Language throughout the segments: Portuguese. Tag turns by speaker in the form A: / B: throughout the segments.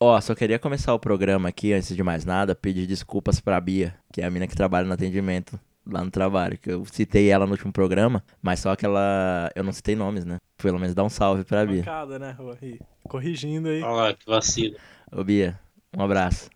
A: Ó, só queria começar o programa aqui, antes de mais nada, pedir desculpas pra Bia, que é a mina que trabalha no atendimento lá no trabalho, que eu citei ela no último programa, mas só que ela. Eu não citei nomes, né? Pelo menos dá um salve pra Bia.
B: Pancada, né, Rua? Ih, Corrigindo aí.
C: Olha lá, que vacilo.
A: Ô, Bia, um abraço.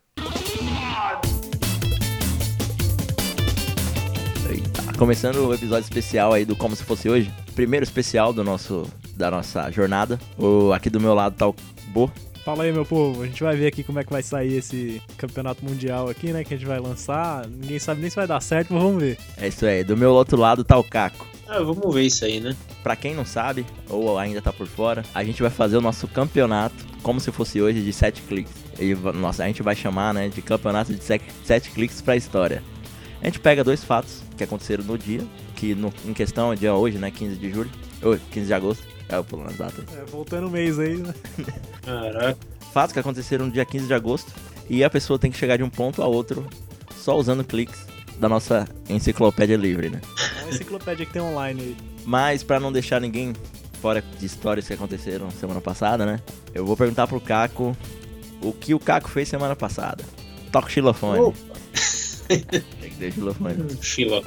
A: Eita, Começando o episódio especial aí do Como Se Fosse Hoje. Primeiro especial do nosso, da nossa jornada. O, aqui do meu lado tá o Bo.
B: Fala aí, meu povo. A gente vai ver aqui como é que vai sair esse campeonato mundial aqui, né? Que a gente vai lançar. Ninguém sabe nem se vai dar certo, mas vamos ver.
A: É isso aí. Do meu outro lado tá o Caco.
C: Ah, vamos ver isso aí, né?
A: Pra quem não sabe, ou ainda tá por fora, a gente vai fazer o nosso campeonato, como se fosse hoje, de 7 cliques. Ele va- nossa, a gente vai chamar, né, de campeonato de 7 cliques pra história. A gente pega dois fatos que aconteceram no dia, que no- em questão é dia hoje, né, 15 de julho, ou 15 de agosto, é, eu pulo nas datas.
B: É, voltando o mês aí, né?
C: Caraca,
A: Fatos que aconteceram no dia 15 de agosto, e a pessoa tem que chegar de um ponto a outro, só usando cliques da nossa enciclopédia livre, né.
B: É uma enciclopédia que tem online aí.
A: Mas pra não deixar ninguém fora de histórias que aconteceram semana passada, né? Eu vou perguntar pro Caco o que o Caco fez semana passada. Toca o xilofone.
C: Opa.
A: Tem que ter xilofone.
C: mochila.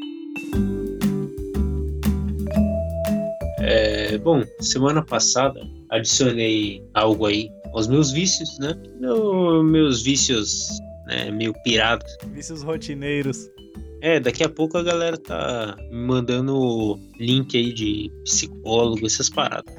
C: É, bom, semana passada adicionei algo aí aos meus vícios, né? Meu- meus vícios né, meio pirados.
B: Vícios rotineiros.
C: É, daqui a pouco a galera tá me mandando link aí de psicólogo, essas paradas.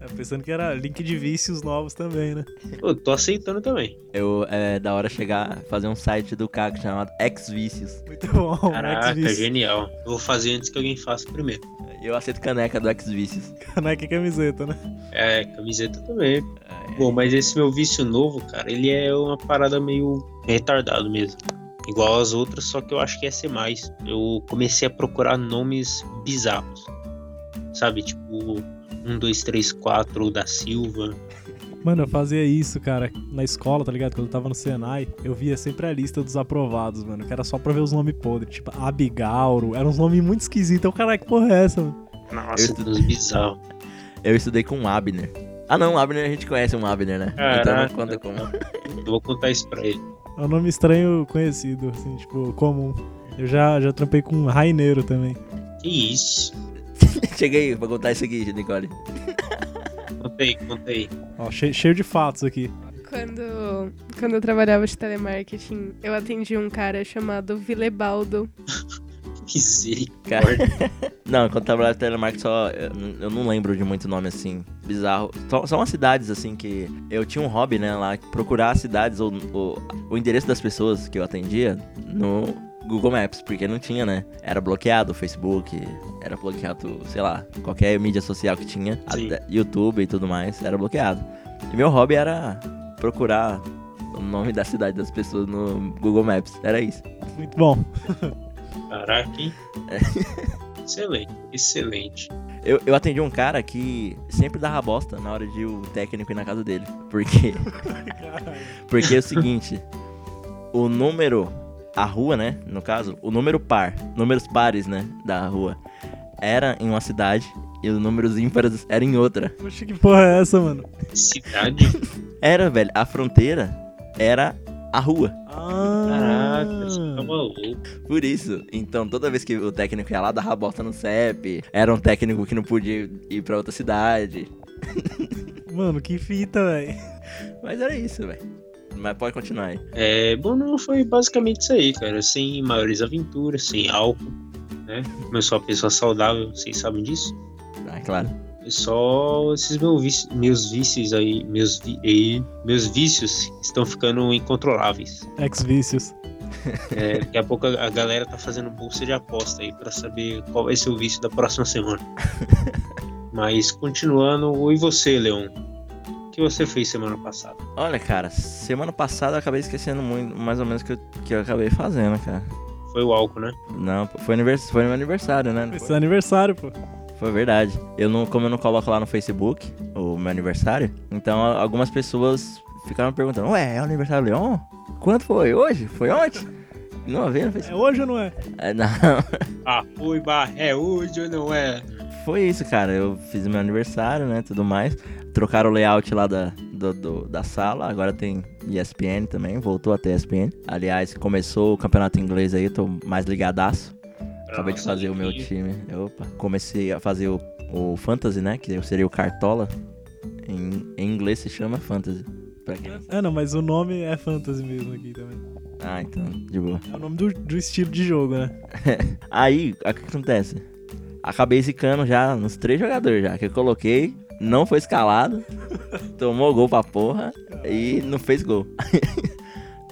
B: É, pensando que era link de vícios novos também, né?
C: Eu tô aceitando também.
A: Eu, é da hora chegar, fazer um site do Caco chamado Ex-Vícios.
B: Muito bom,
C: Caraca,
B: Max
C: genial. Eu vou fazer antes que alguém faça primeiro.
A: Eu aceito caneca do Ex-Vícios.
B: Nike camiseta, né?
C: É, camiseta também.
A: É,
C: Bom, mas esse meu vício novo, cara, ele é uma parada meio retardado mesmo. Igual as outras, só que eu acho que ia ser mais. Eu comecei a procurar nomes bizarros. Sabe, tipo 1, 2, 3, 4 da Silva.
B: Mano, eu fazia isso, cara, na escola, tá ligado? Quando eu tava no Senai, eu via sempre a lista dos aprovados, mano. Que era só pra ver os nomes podres, tipo Abigauro. Era uns nomes muito esquisitos. Eu, caralho, que porra é essa, mano?
C: Nossa,
A: Eu-
C: que uns bizarros.
A: Eu estudei com o Abner. Ah não, Abner a gente conhece um Abner, né? Então não
C: Caraca.
A: conta como.
C: Eu vou contar isso pra ele.
B: É um nome estranho conhecido, assim, tipo, comum. Eu já, já trampei com um Raineiro também.
C: Que isso?
A: Cheguei pra contar isso aqui, Nicole.
C: Conta aí, conta aí.
B: Ó, che- cheio de fatos aqui.
D: Quando, quando eu trabalhava de telemarketing, eu atendi um cara chamado Vilebaldo.
C: Misericórdia.
A: Não, quando eu trabalhava no telemarketing, só, eu n- eu não lembro de muito nome assim, bizarro. Só, só umas cidades, assim, que eu tinha um hobby, né, lá, procurar as cidades ou, ou- o endereço das pessoas que eu atendia no Google Maps, porque não tinha, né? Era bloqueado o Facebook, era bloqueado, sei lá, qualquer mídia social que tinha,
C: Sim.
A: até YouTube e tudo mais, era bloqueado. E meu hobby era procurar o nome da cidade das pessoas no Google Maps, era isso.
B: Muito bom.
C: Caraca, hein? Excelente, excelente.
A: Eu, eu atendi um cara que sempre dava bosta na hora de o técnico ir na casa dele. Porque, porque é o seguinte: o número, a rua, né? No caso, o número par, números pares, né? Da rua, era em uma cidade e os números ímpares era em outra.
B: Poxa, que porra é essa, mano?
C: Cidade.
A: Era, velho, a fronteira era a rua.
B: Ah,
C: Caraca, você tá maluco.
A: Por isso. Então, toda vez que o técnico ia lá, dava bosta no CEP. Era um técnico que não podia ir pra outra cidade.
B: Ah, mano, que fita, velho.
A: Mas era isso, velho. Mas pode continuar aí.
C: É, bom, não foi basicamente isso aí, cara. Sem maiores aventuras, sem álcool, né? Como Eu sou uma pessoa saudável, vocês sabem disso.
A: Ah, claro.
C: Eu só esses meus vícios, meus vícios aí, meus, vi- e- meus vícios estão ficando incontroláveis.
B: Ex-vícios.
C: É, daqui a pouco a, a galera tá fazendo bolsa de aposta aí pra saber qual vai ser o vício da próxima semana. Mas continuando, e você, Leon? O que você fez semana passada?
A: Olha, cara, semana passada eu acabei esquecendo muito, mais ou menos, que eu, que eu acabei fazendo, cara.
C: Foi o álcool, né?
A: Não, pô, foi, anivers foi meu aniversário, né?
B: Esse é aniversário, pô.
A: Foi verdade. Eu não, como eu não coloco lá no Facebook o meu aniversário, então a- algumas pessoas ficaram perguntando, ué, é o aniversário do Leon? Quanto foi? Hoje? Foi ontem? Não havia no
B: É
A: Facebook.
B: hoje ou não é?
A: É, não.
C: Ah, foi, bah, é hoje ou não é?
A: Foi isso, cara. Eu fiz meu aniversário, né? Tudo mais. Trocaram o layout lá da, do- do- da sala, agora tem ESPN também, voltou a ter ESPN. Aliás, começou o campeonato inglês aí, tô mais ligadaço. Acabei de
C: Nossa,
A: fazer o meu
C: que-
A: time. Opa. Comecei a fazer o, o Fantasy, né? Que seria o Cartola. Em, em inglês se chama Fantasy. Pra quem...
B: Ah, não, mas o nome é fantasy mesmo aqui também.
A: Ah, então, de boa.
B: É o nome do, do estilo de jogo, né?
A: Aí, o que acontece? Acabei zicando já nos três jogadores já, que eu coloquei, não foi escalado, tomou gol pra porra e não fez gol.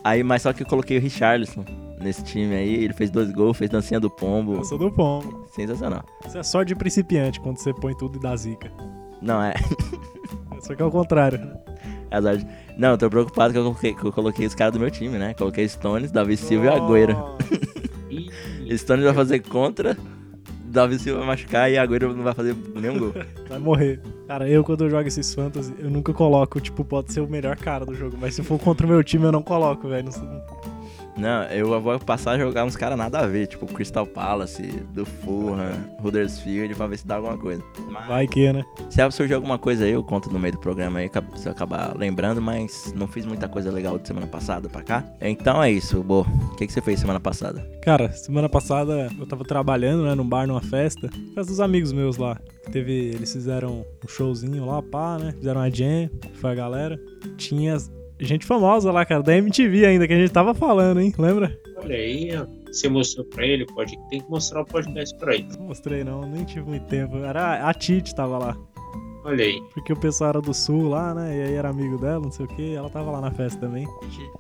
A: aí, mas só que eu coloquei o Richarlison nesse time aí, ele fez dois gols, fez dancinha do pombo,
B: Eu sou do pombo.
A: sensacional.
B: Isso é só de principiante quando você põe tudo e dá zica.
A: Não, é,
B: Só que é o contrário. né?
A: é azar de- Não, eu tô preocupado que eu coloquei, que eu coloquei os caras do meu time, né? Coloquei Stones, Davi Silva e Agüero.
C: Ih,
A: Stones vai fazer contra, Davi Silva vai machucar e Agüero não vai fazer nenhum gol.
B: Vai morrer. Cara, eu quando eu jogo esses fantasy, eu nunca coloco, tipo, pode ser o melhor cara do jogo, mas se for contra o meu time, eu não coloco, velho. Não sei-
A: Não, eu vou passar a jogar uns caras nada a ver, tipo Crystal Palace, do Fulham, Huddersfield, pra ver se dá alguma coisa. Mas
B: Vai que, né?
A: se surgir alguma coisa aí, eu conto no meio do programa aí, se eu acabar lembrando, mas não fiz muita coisa legal de semana passada pra cá. Então é isso, Bo. O que, que você fez semana passada?
B: Cara, semana passada eu tava trabalhando, né, num bar, numa festa. Festa dos amigos meus lá. Teve. Eles fizeram um showzinho lá, pá, né? Fizeram uma jam, foi a galera. Tinha gente famosa lá, cara, da MTV ainda, que a gente tava falando, hein? Lembra?
C: Olha aí, ó. você mostrou pra ele, pode tem que mostrar o podcast pra ele.
B: Não mostrei não, nem tive muito tempo. Era a Tite tava lá.
C: Olha aí.
B: Porque o pessoal era do sul lá, né? E aí era amigo dela, não sei o que. Ela tava lá na festa também.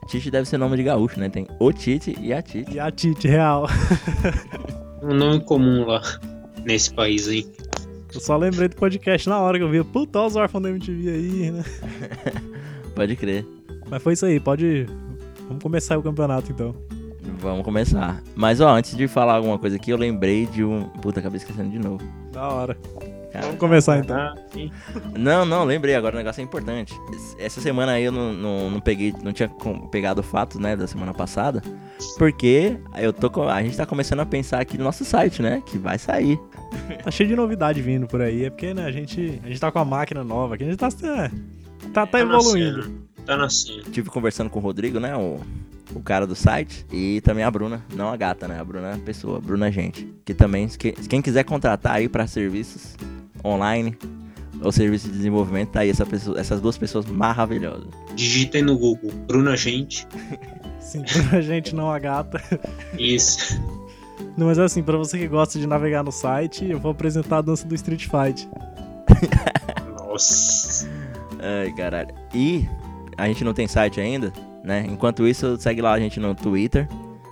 A: Tite deve ser nome de gaúcho, né? Tem o Tite e a Tite.
B: E a Tite, real.
C: Um nome comum lá nesse país aí.
B: Eu só lembrei do podcast na hora que eu vi. Puta, olha os órfãos da MTV aí, né?
A: Pode crer.
B: Mas foi isso aí, pode. Vamos começar o campeonato então.
A: Vamos começar. Mas ó, antes de falar alguma coisa aqui, eu lembrei de um. Puta, acabei esquecendo de novo.
B: Da hora.
A: Cara,
B: Vamos começar então.
C: Ah, sim.
A: Não, não, lembrei agora, o negócio é importante. Essa semana aí eu não, não, não peguei, não tinha com- pegado o fato, né, da semana passada, porque eu tô, com- a gente tá começando a pensar aqui no nosso site, né, que vai sair.
B: Tá cheio de novidade vindo por aí. É porque, né, a gente, a gente tá com a máquina nova aqui. A gente tá. é, tá, tá evoluindo.
C: nascendo, Tá nascendo.
A: Tive conversando com o Rodrigo, né, o, o cara do site, e também a Bruna, não a gata, né, a Bruna é a pessoa, a Bruna é a gente, que também, que- quem quiser contratar aí pra serviços online ou serviço de desenvolvimento, tá aí essa pessoa- essas duas pessoas maravilhosas.
C: Digitem no Google, Bruna Gente.
B: Sim, pra gente não a gata.
C: Isso.
B: Não, mas assim, pra você que gosta de navegar no site, eu vou apresentar a dança do Street Fight.
C: Nossa.
A: Ai, caralho. E a gente não tem site ainda, né? Enquanto isso, segue lá a gente no Twitter,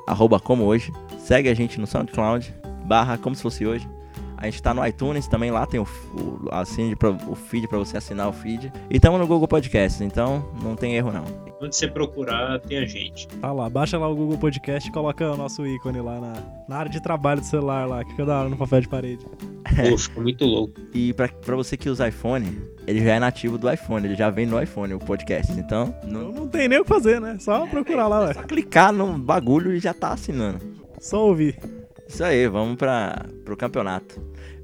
A: arroba como hoje. Segue a gente no SoundCloud, barra como se fosse hoje. A gente tá no iTunes também, lá tem o, f- o, assine pra, o feed pra você assinar o feed. E tamo no Google Podcast, então não tem erro não.
C: Onde você procurar, tem a gente.
B: Tá lá, baixa lá o Google Podcast e coloca o nosso ícone lá na, na área de trabalho do celular lá, que fica da hora no papel de parede. É.
C: Pô, ficou muito louco.
A: E pra, pra você que usa iPhone, ele já é nativo do iPhone, ele já vem no iPhone o podcast. Então, não
B: Então não tem nem o que fazer, né? Só procurar lá,
A: é
B: ué.
A: só clicar no bagulho e já tá assinando.
B: Só ouvir.
A: Isso aí, vamos pra, pro campeonato.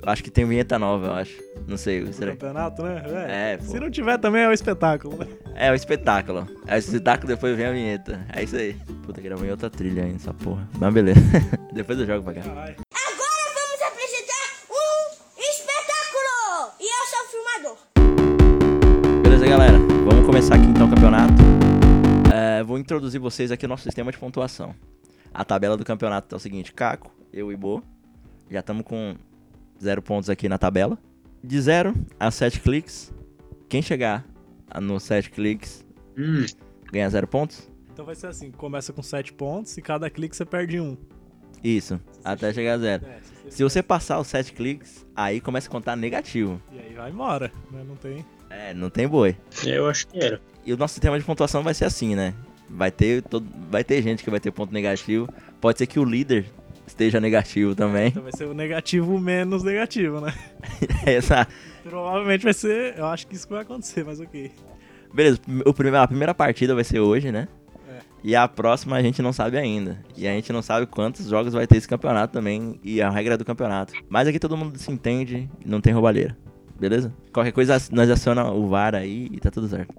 A: Eu acho que tem vinheta nova, eu acho. Não sei,
B: O
A: será?
B: campeonato, né?
A: É, pô.
B: Se não tiver também é um espetáculo, né?
A: É o espetáculo. É o espetáculo, depois vem a vinheta. É isso aí. Puta, gravei outra trilha ainda, essa porra. Mas beleza. depois eu jogo pra cá.
B: Caralho.
E: Agora vamos apresentar um espetáculo! E eu sou o filmador.
A: Beleza, galera. Vamos começar aqui então o campeonato. É, vou introduzir vocês aqui o nosso sistema de pontuação. A tabela do campeonato tá o seguinte: Caco, eu e Bo. Já estamos com zero pontos aqui na tabela. De 0 a 7 cliques. Quem chegar a- nos 7 cliques
C: Hum,
A: ganha 0 pontos.
B: Então vai ser assim, começa com 7 pontos e cada clique você perde um.
A: Isso, até chegar a 0.
B: É, se você-
A: Se você passar os 7 cliques, aí começa a contar negativo.
B: E aí vai embora, né? Não tem.
A: É, não tem boi.
C: eu acho que era.
A: E o nosso sistema de pontuação vai ser assim, né? Vai ter, todo, vai ter gente que vai ter ponto negativo. Pode ser que o líder esteja negativo também.
B: Então vai ser o negativo menos negativo, né?
A: Essa-
B: Provavelmente vai ser. Eu acho que isso que vai acontecer, mas ok.
A: Beleza, o primeiro, a primeira partida vai ser hoje, né?
B: É.
A: E a próxima a gente não sabe ainda. E a gente não sabe quantos jogos vai ter esse campeonato também e a regra do campeonato. Mas aqui todo mundo se entende, não tem roubalheira. Beleza? Qualquer coisa nós aciona o VAR aí e tá tudo certo.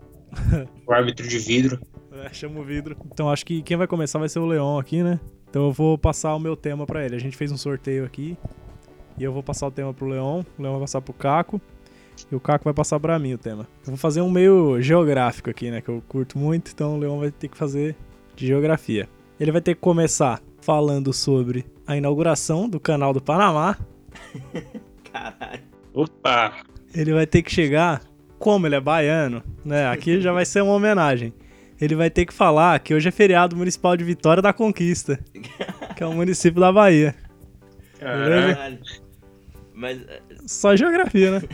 C: O árbitro de vidro.
B: É, chama o vidro. Então acho que quem vai começar vai ser o Leon aqui, né? Então eu vou passar o meu tema pra ele. A gente fez um sorteio aqui. E eu vou passar o tema pro Leon, o Leon vai passar pro Caco. E o Caco vai passar pra mim o tema. Eu vou fazer um meio geográfico aqui, né? Que eu curto muito, então o Leon vai ter que fazer de geografia. Ele vai ter que começar falando sobre a inauguração do canal do Panamá.
A: Caralho.
C: Opa!
B: Ele vai ter que chegar, como ele é baiano, né? Aqui já vai ser uma homenagem. Ele vai ter que falar que hoje é feriado municipal de Vitória da Conquista, que é um município da Bahia.
C: Caralho.
A: Mas eh,
B: Só geografia, né?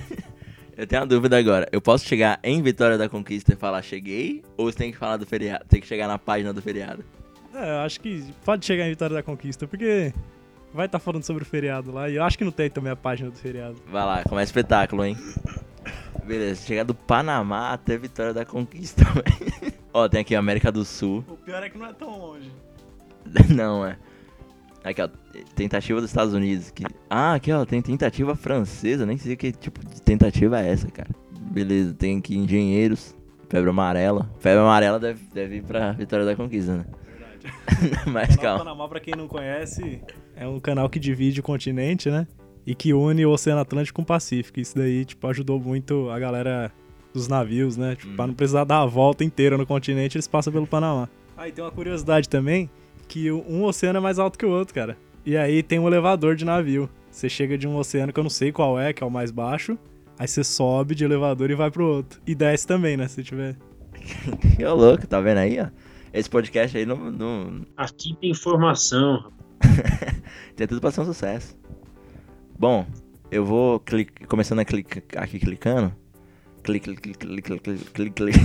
A: eu tenho uma dúvida agora. Eu posso chegar em Vitória da Conquista e falar cheguei? Ou você tem que falar do feriado? Tem que chegar na página do feriado?
B: É, eu acho que pode chegar em Vitória da Conquista, porque vai estar falando sobre o feriado lá. E eu acho que não tem também a página do feriado.
A: Vai lá, começa o espetáculo, hein? Beleza, chegar do Panamá até Vitória da Conquista, velho. Ó, tem aqui América do Sul.
B: O pior é que não é tão longe.
A: Não, é. Aqui, ó, tentativa dos Estados Unidos. Que... Ah, aqui, ó, tem tentativa francesa. Nem sei que tipo de tentativa é essa, cara. Beleza, tem aqui engenheiros, febre amarela. Febre amarela deve, deve ir pra Vitória da Conquista, né? Mas
B: O canal
A: calma.
B: Panamá, pra quem não conhece, é um canal que divide o continente, né? E que une o Oceano Atlântico com o Pacífico. Isso daí, tipo, ajudou muito a galera dos navios, né? Tipo,
A: Uhum.
B: pra não precisar dar a volta inteira no continente, eles passam pelo Panamá. Ah, e tem uma curiosidade também, que o- um oceano é mais alto que o outro, cara. E aí tem um elevador de navio. Você chega de um oceano que eu não sei qual é, que é o mais baixo, aí você sobe de elevador e vai pro outro. E desce também, né? Se tiver...
A: Que louco, tá vendo aí, ó? Esse podcast aí não, não-
C: Aqui tem informação, rapaz.
A: tem tudo pra ser um sucesso. Bom, eu vou clic- começando a clicar aqui clicando. Clique, clique, clique, clique, clique, clique.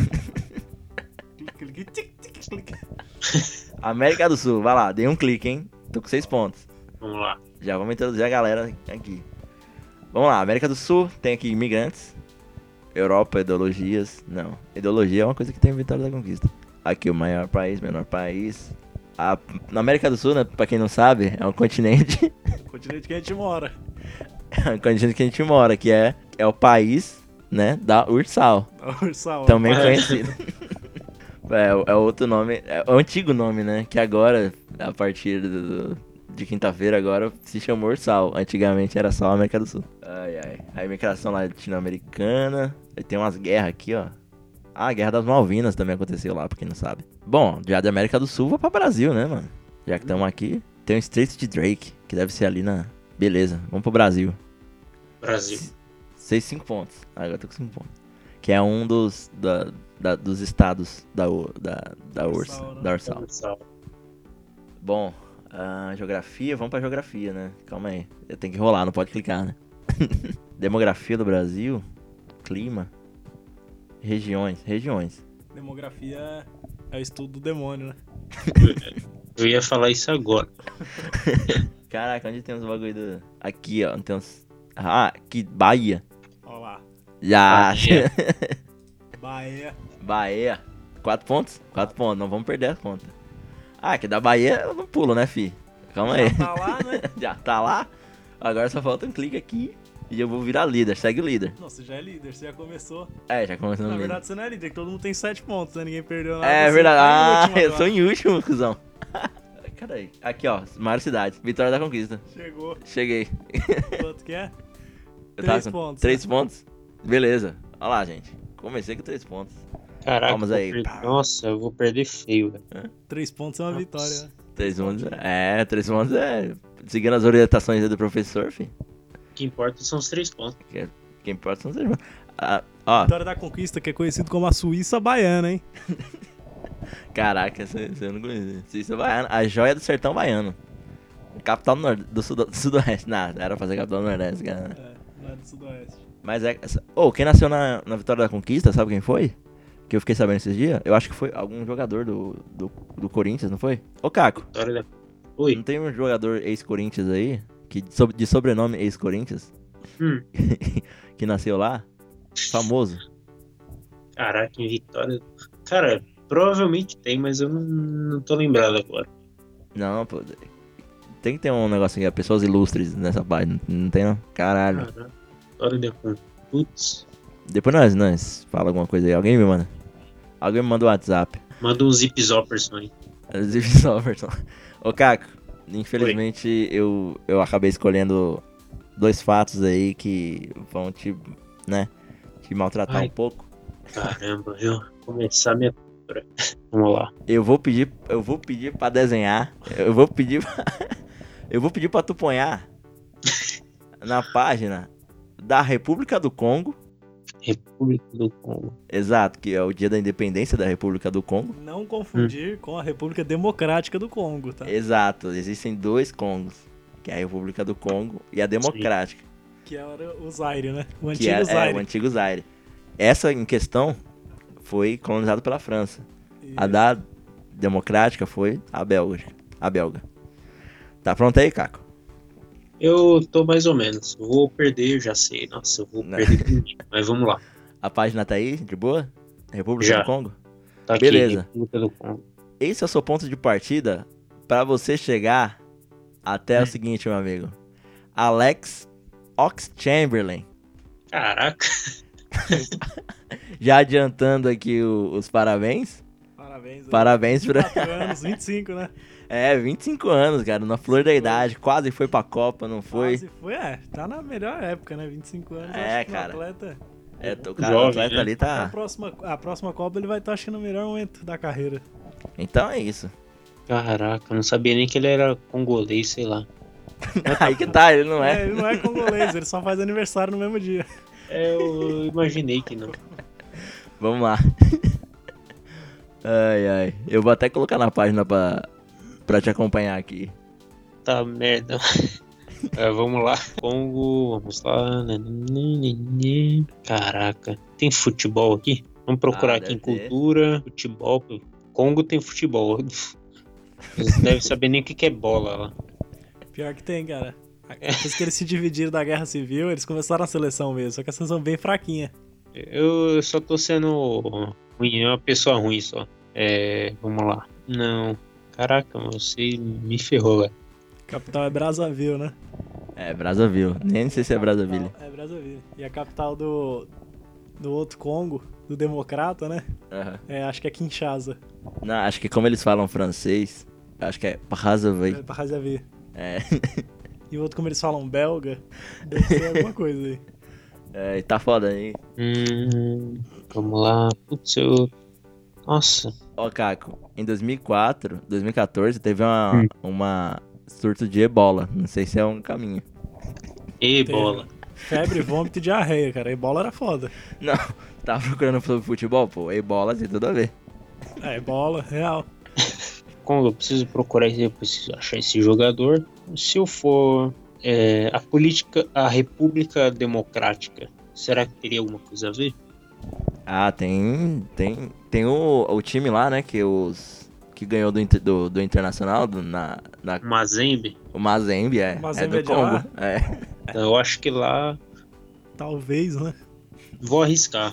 A: América do Sul, vai lá, dei um clique, hein? Tô com seis pontos.
C: Vamos lá.
A: Já vamos introduzir a galera aqui. Vamos lá, América do Sul tem aqui imigrantes. Europa, ideologias. Não, ideologia é uma coisa que tem em Vitória da Conquista. Aqui o maior país, menor país. A, na América do Sul, né, pra quem não sabe, é um continente.
B: Continente que a gente mora.
A: É um continente que a gente mora, que é, é o país, né, da Ursal.
B: Ursal.
A: Também
C: É.
A: conhecido. É, o- é outro nome, é o antigo nome, né? Que agora, a partir do- do- de quinta-feira, agora se chamou Ursal. Antigamente era só América do Sul. Ai, ai. A imigração latino-americana. E Tem umas guerras aqui, ó. Ah, a Guerra das Malvinas também aconteceu lá, pra quem não sabe. Bom, já da América do Sul, vou pra Brasil, né, mano? Já que estamos aqui. Tem o Estreito de Drake, que deve ser ali na... Beleza, vamos pro Brasil.
C: Brasil.
A: 6, 5 pontos. Ah, Agora eu tô com 5 pontos. Que é um dos, da, da- dos estados da, U- da, da Ursa.
B: Ursal, né?
A: Da Ursal.
C: Ursal.
A: Bom, ah, geografia, vamos pra geografia, né? Calma aí. Eu tenho que rolar, não pode clicar, né? Demografia do Brasil, clima, regiões, regiões.
B: Demografia é o estudo do demônio, né?
C: Eu ia falar isso agora.
A: Caraca, onde tem uns bagulho do... Aqui, ó, tem uns... Ah, aqui, Bahia.
B: Olha lá.
A: Já...
C: Bahia.
B: Bahia.
A: Bahia. Quatro pontos? Quatro pontos. Não vamos perder a conta. Ah, que da Bahia eu não pulo, né, fi? Calma aí.
B: Tá lá, né?
A: Já tá lá. Agora só falta um clique aqui e eu vou virar líder. Segue o líder.
B: Não, você já é líder, você já começou.
A: É, já começou
B: Na
A: no líder.
B: verdade, você não é líder, que todo mundo tem 7 pontos, né? Ninguém perdeu nada.
A: É
B: você
A: verdade.
B: tá
A: Ah,
B: em último
A: eu sou
B: agora.
A: em último, cuzão. Cadê? Aqui, ó. Maior cidade. Vitória da Conquista.
B: Chegou.
A: Cheguei.
B: Quanto que é?
A: Eu
B: Três
A: tava com
B: pontos. né?
A: Três pontos? Beleza. Olha lá, gente. Comecei com três pontos.
C: Caraca.
A: Vamos
C: eu
A: aí.
C: perdi- Nossa, eu vou perder feio, velho.
B: 3 pontos é uma
C: Nossa.
B: vitória, né?
A: Três pontos. É, três pontos é. Seguindo as orientações aí do professor, fi.
C: O que importa são os três pontos.
A: é Quem importa são os irmãos. Ah, ó,
B: Vitória da Conquista, que é conhecido como a Suíça Baiana, hein?
A: caraca, você não né? conhecia. Suíça Baiana, a joia do sertão baiano. Capital do, nor- do, sudo- do Sudoeste. Nada, era pra fazer capital do Nordeste, cara.
B: É, não é do Sudoeste.
A: Mas é. essa- Ô, quem nasceu na, na Vitória da Conquista, sabe quem foi? Que eu fiquei sabendo esses dias? Eu acho que foi algum jogador do, do, do Corinthians, não foi? Ô, Caco,
C: Vitória da.
A: não
C: Oi.
A: tem um jogador ex-Corinthians aí? Que, de sob- de sobrenome ex-Corinthians?
C: Hum.
A: que nasceu lá? Famoso.
C: Caraca, em Vitória. Cara, provavelmente tem, mas eu não, não tô lembrado agora.
A: Não, pô. Tem que ter um negócio aqui, pessoas ilustres nessa página. Não tem, não? Caralho.
C: Caraca. Vitória da Conquista. Putz.
A: Depois nós, nós fala alguma coisa aí. Alguém me manda. Alguém me manda o WhatsApp.
C: Manda uns zip zoppers aí.
A: Zip Soberton. Ô, Caco, infelizmente eu, eu acabei escolhendo dois fatos aí que vão te, né, te maltratar
C: Ai.
A: um pouco.
C: Caramba, viu? Começar minha cultura. Vamos lá.
A: Eu vou pedir, eu vou pedir pra desenhar, eu vou pedir pra, eu vou pedir pra tu ponhar na página da República do Congo,
C: República do Congo.
A: exato, que é o dia da independência da República do Congo.
B: Não
A: Hum.
B: confundir com a República Democrática do Congo, tá?
A: É. Exato, existem dois Congos, que é a República do Congo e a Democrática.
B: Que era o Zaire, né? O
A: que
B: antigo
A: é, é
B: Zaire.
A: o antigo Zaire. Essa em questão foi colonizada pela França. A da democrática foi a Bélgica. A belga. Tá pronto aí, Caco?
C: Eu tô mais ou menos. Vou perder, já sei. Nossa, eu vou
A: Não.
C: perder. muito. Mas vamos lá.
A: A página tá aí, de boa? República
C: Já.
A: do Congo?
C: Tá
A: Beleza.
C: aqui, República do Congo.
A: Esse é o seu ponto de partida pra você chegar até
B: Hum.
A: o seguinte, meu amigo. Alex Oxchamberlain.
C: Caraca.
A: Já adiantando aqui o- os parabéns.
B: Parabéns.
A: Parabéns pra...
B: 4 anos, 25, né?
A: É, 25 anos, cara, na flor da idade. Quase foi pra Copa, não foi?
B: Quase foi, é. Tá na melhor época, né? 25 anos.
A: É,
B: acho que um
A: cara.
B: atleta.
A: É, o cara
C: Jovem,
A: o atleta
C: né?
A: ali
B: A,
A: tá.
B: próxima, a próxima Copa ele vai estar achando o melhor momento da carreira.
A: Então é isso.
C: Caraca, eu não sabia nem que ele era congolês, sei lá.
A: Aí que tá, ele não
B: É,
A: é.
B: ele não é congolês, ele só faz aniversário no mesmo dia.
C: É, eu imaginei que não.
A: Vamos lá. Ai, ai. Eu vou até colocar na página pra, pra te acompanhar aqui.
C: Tá merda. É, vamos lá. Congo, vamos lá. Né, Nananana. né. Caraca, tem futebol aqui? Vamos procurar
A: Ah,
C: aqui em
A: deve ter.
C: cultura, futebol. Congo tem futebol. Eles devem saber nem o que que é bola lá.
B: Pior que tem, cara. Depois que eles se dividiram da guerra civil, eles começaram a seleção mesmo. Só que a seleção bem fraquinha.
C: Eu só tô sendo ruim, é uma pessoa ruim só. É, vamos lá. Não. Caraca, mano, você me ferrou, velho.
B: Capital é Brazzaville, né?
A: É, Brazzaville. Nem sei se é Brazzaville.
B: É Brazzaville. E a capital do. do outro Congo, do Democrata, né?
A: Aham.
B: É, acho que é Kinshasa.
A: Não, acho que como eles falam francês, eu acho que é Brazzaville.
B: É Brazzaville.
A: É.
B: E o outro, como eles falam belga, deve ser alguma coisa aí.
A: É, e tá foda aí.
C: Hum, vamos lá. Putz, eu. Nossa.
A: Ó, Caco, em 2004, 2014, teve uma,
C: Hum.
A: uma surto de ebola. Não sei se é um caminho.
C: E
B: Teve.
C: bola.
B: Febre, vômito e diarreia, cara. Ebola era foda.
A: Não, tava procurando sobre futebol, pô. Ebola tem tudo a ver.
B: É, ebola, real.
C: Como eu preciso procurar, esse- eu preciso achar esse jogador. Se eu for é, a política, a República Democrática, será que teria alguma coisa a ver?
A: Ah, tem. Tem, tem o, o time lá, né? Que os. Que ganhou do, Inter- do, do Internacional, do, na, na-
C: Um Mazembe?
A: o Mazembe, é.
B: O Mazembe
A: é
B: é
A: do
B: de
A: Congo.
B: lá?
A: É.
C: Então, eu acho que lá
B: Talvez, né?
C: vou arriscar.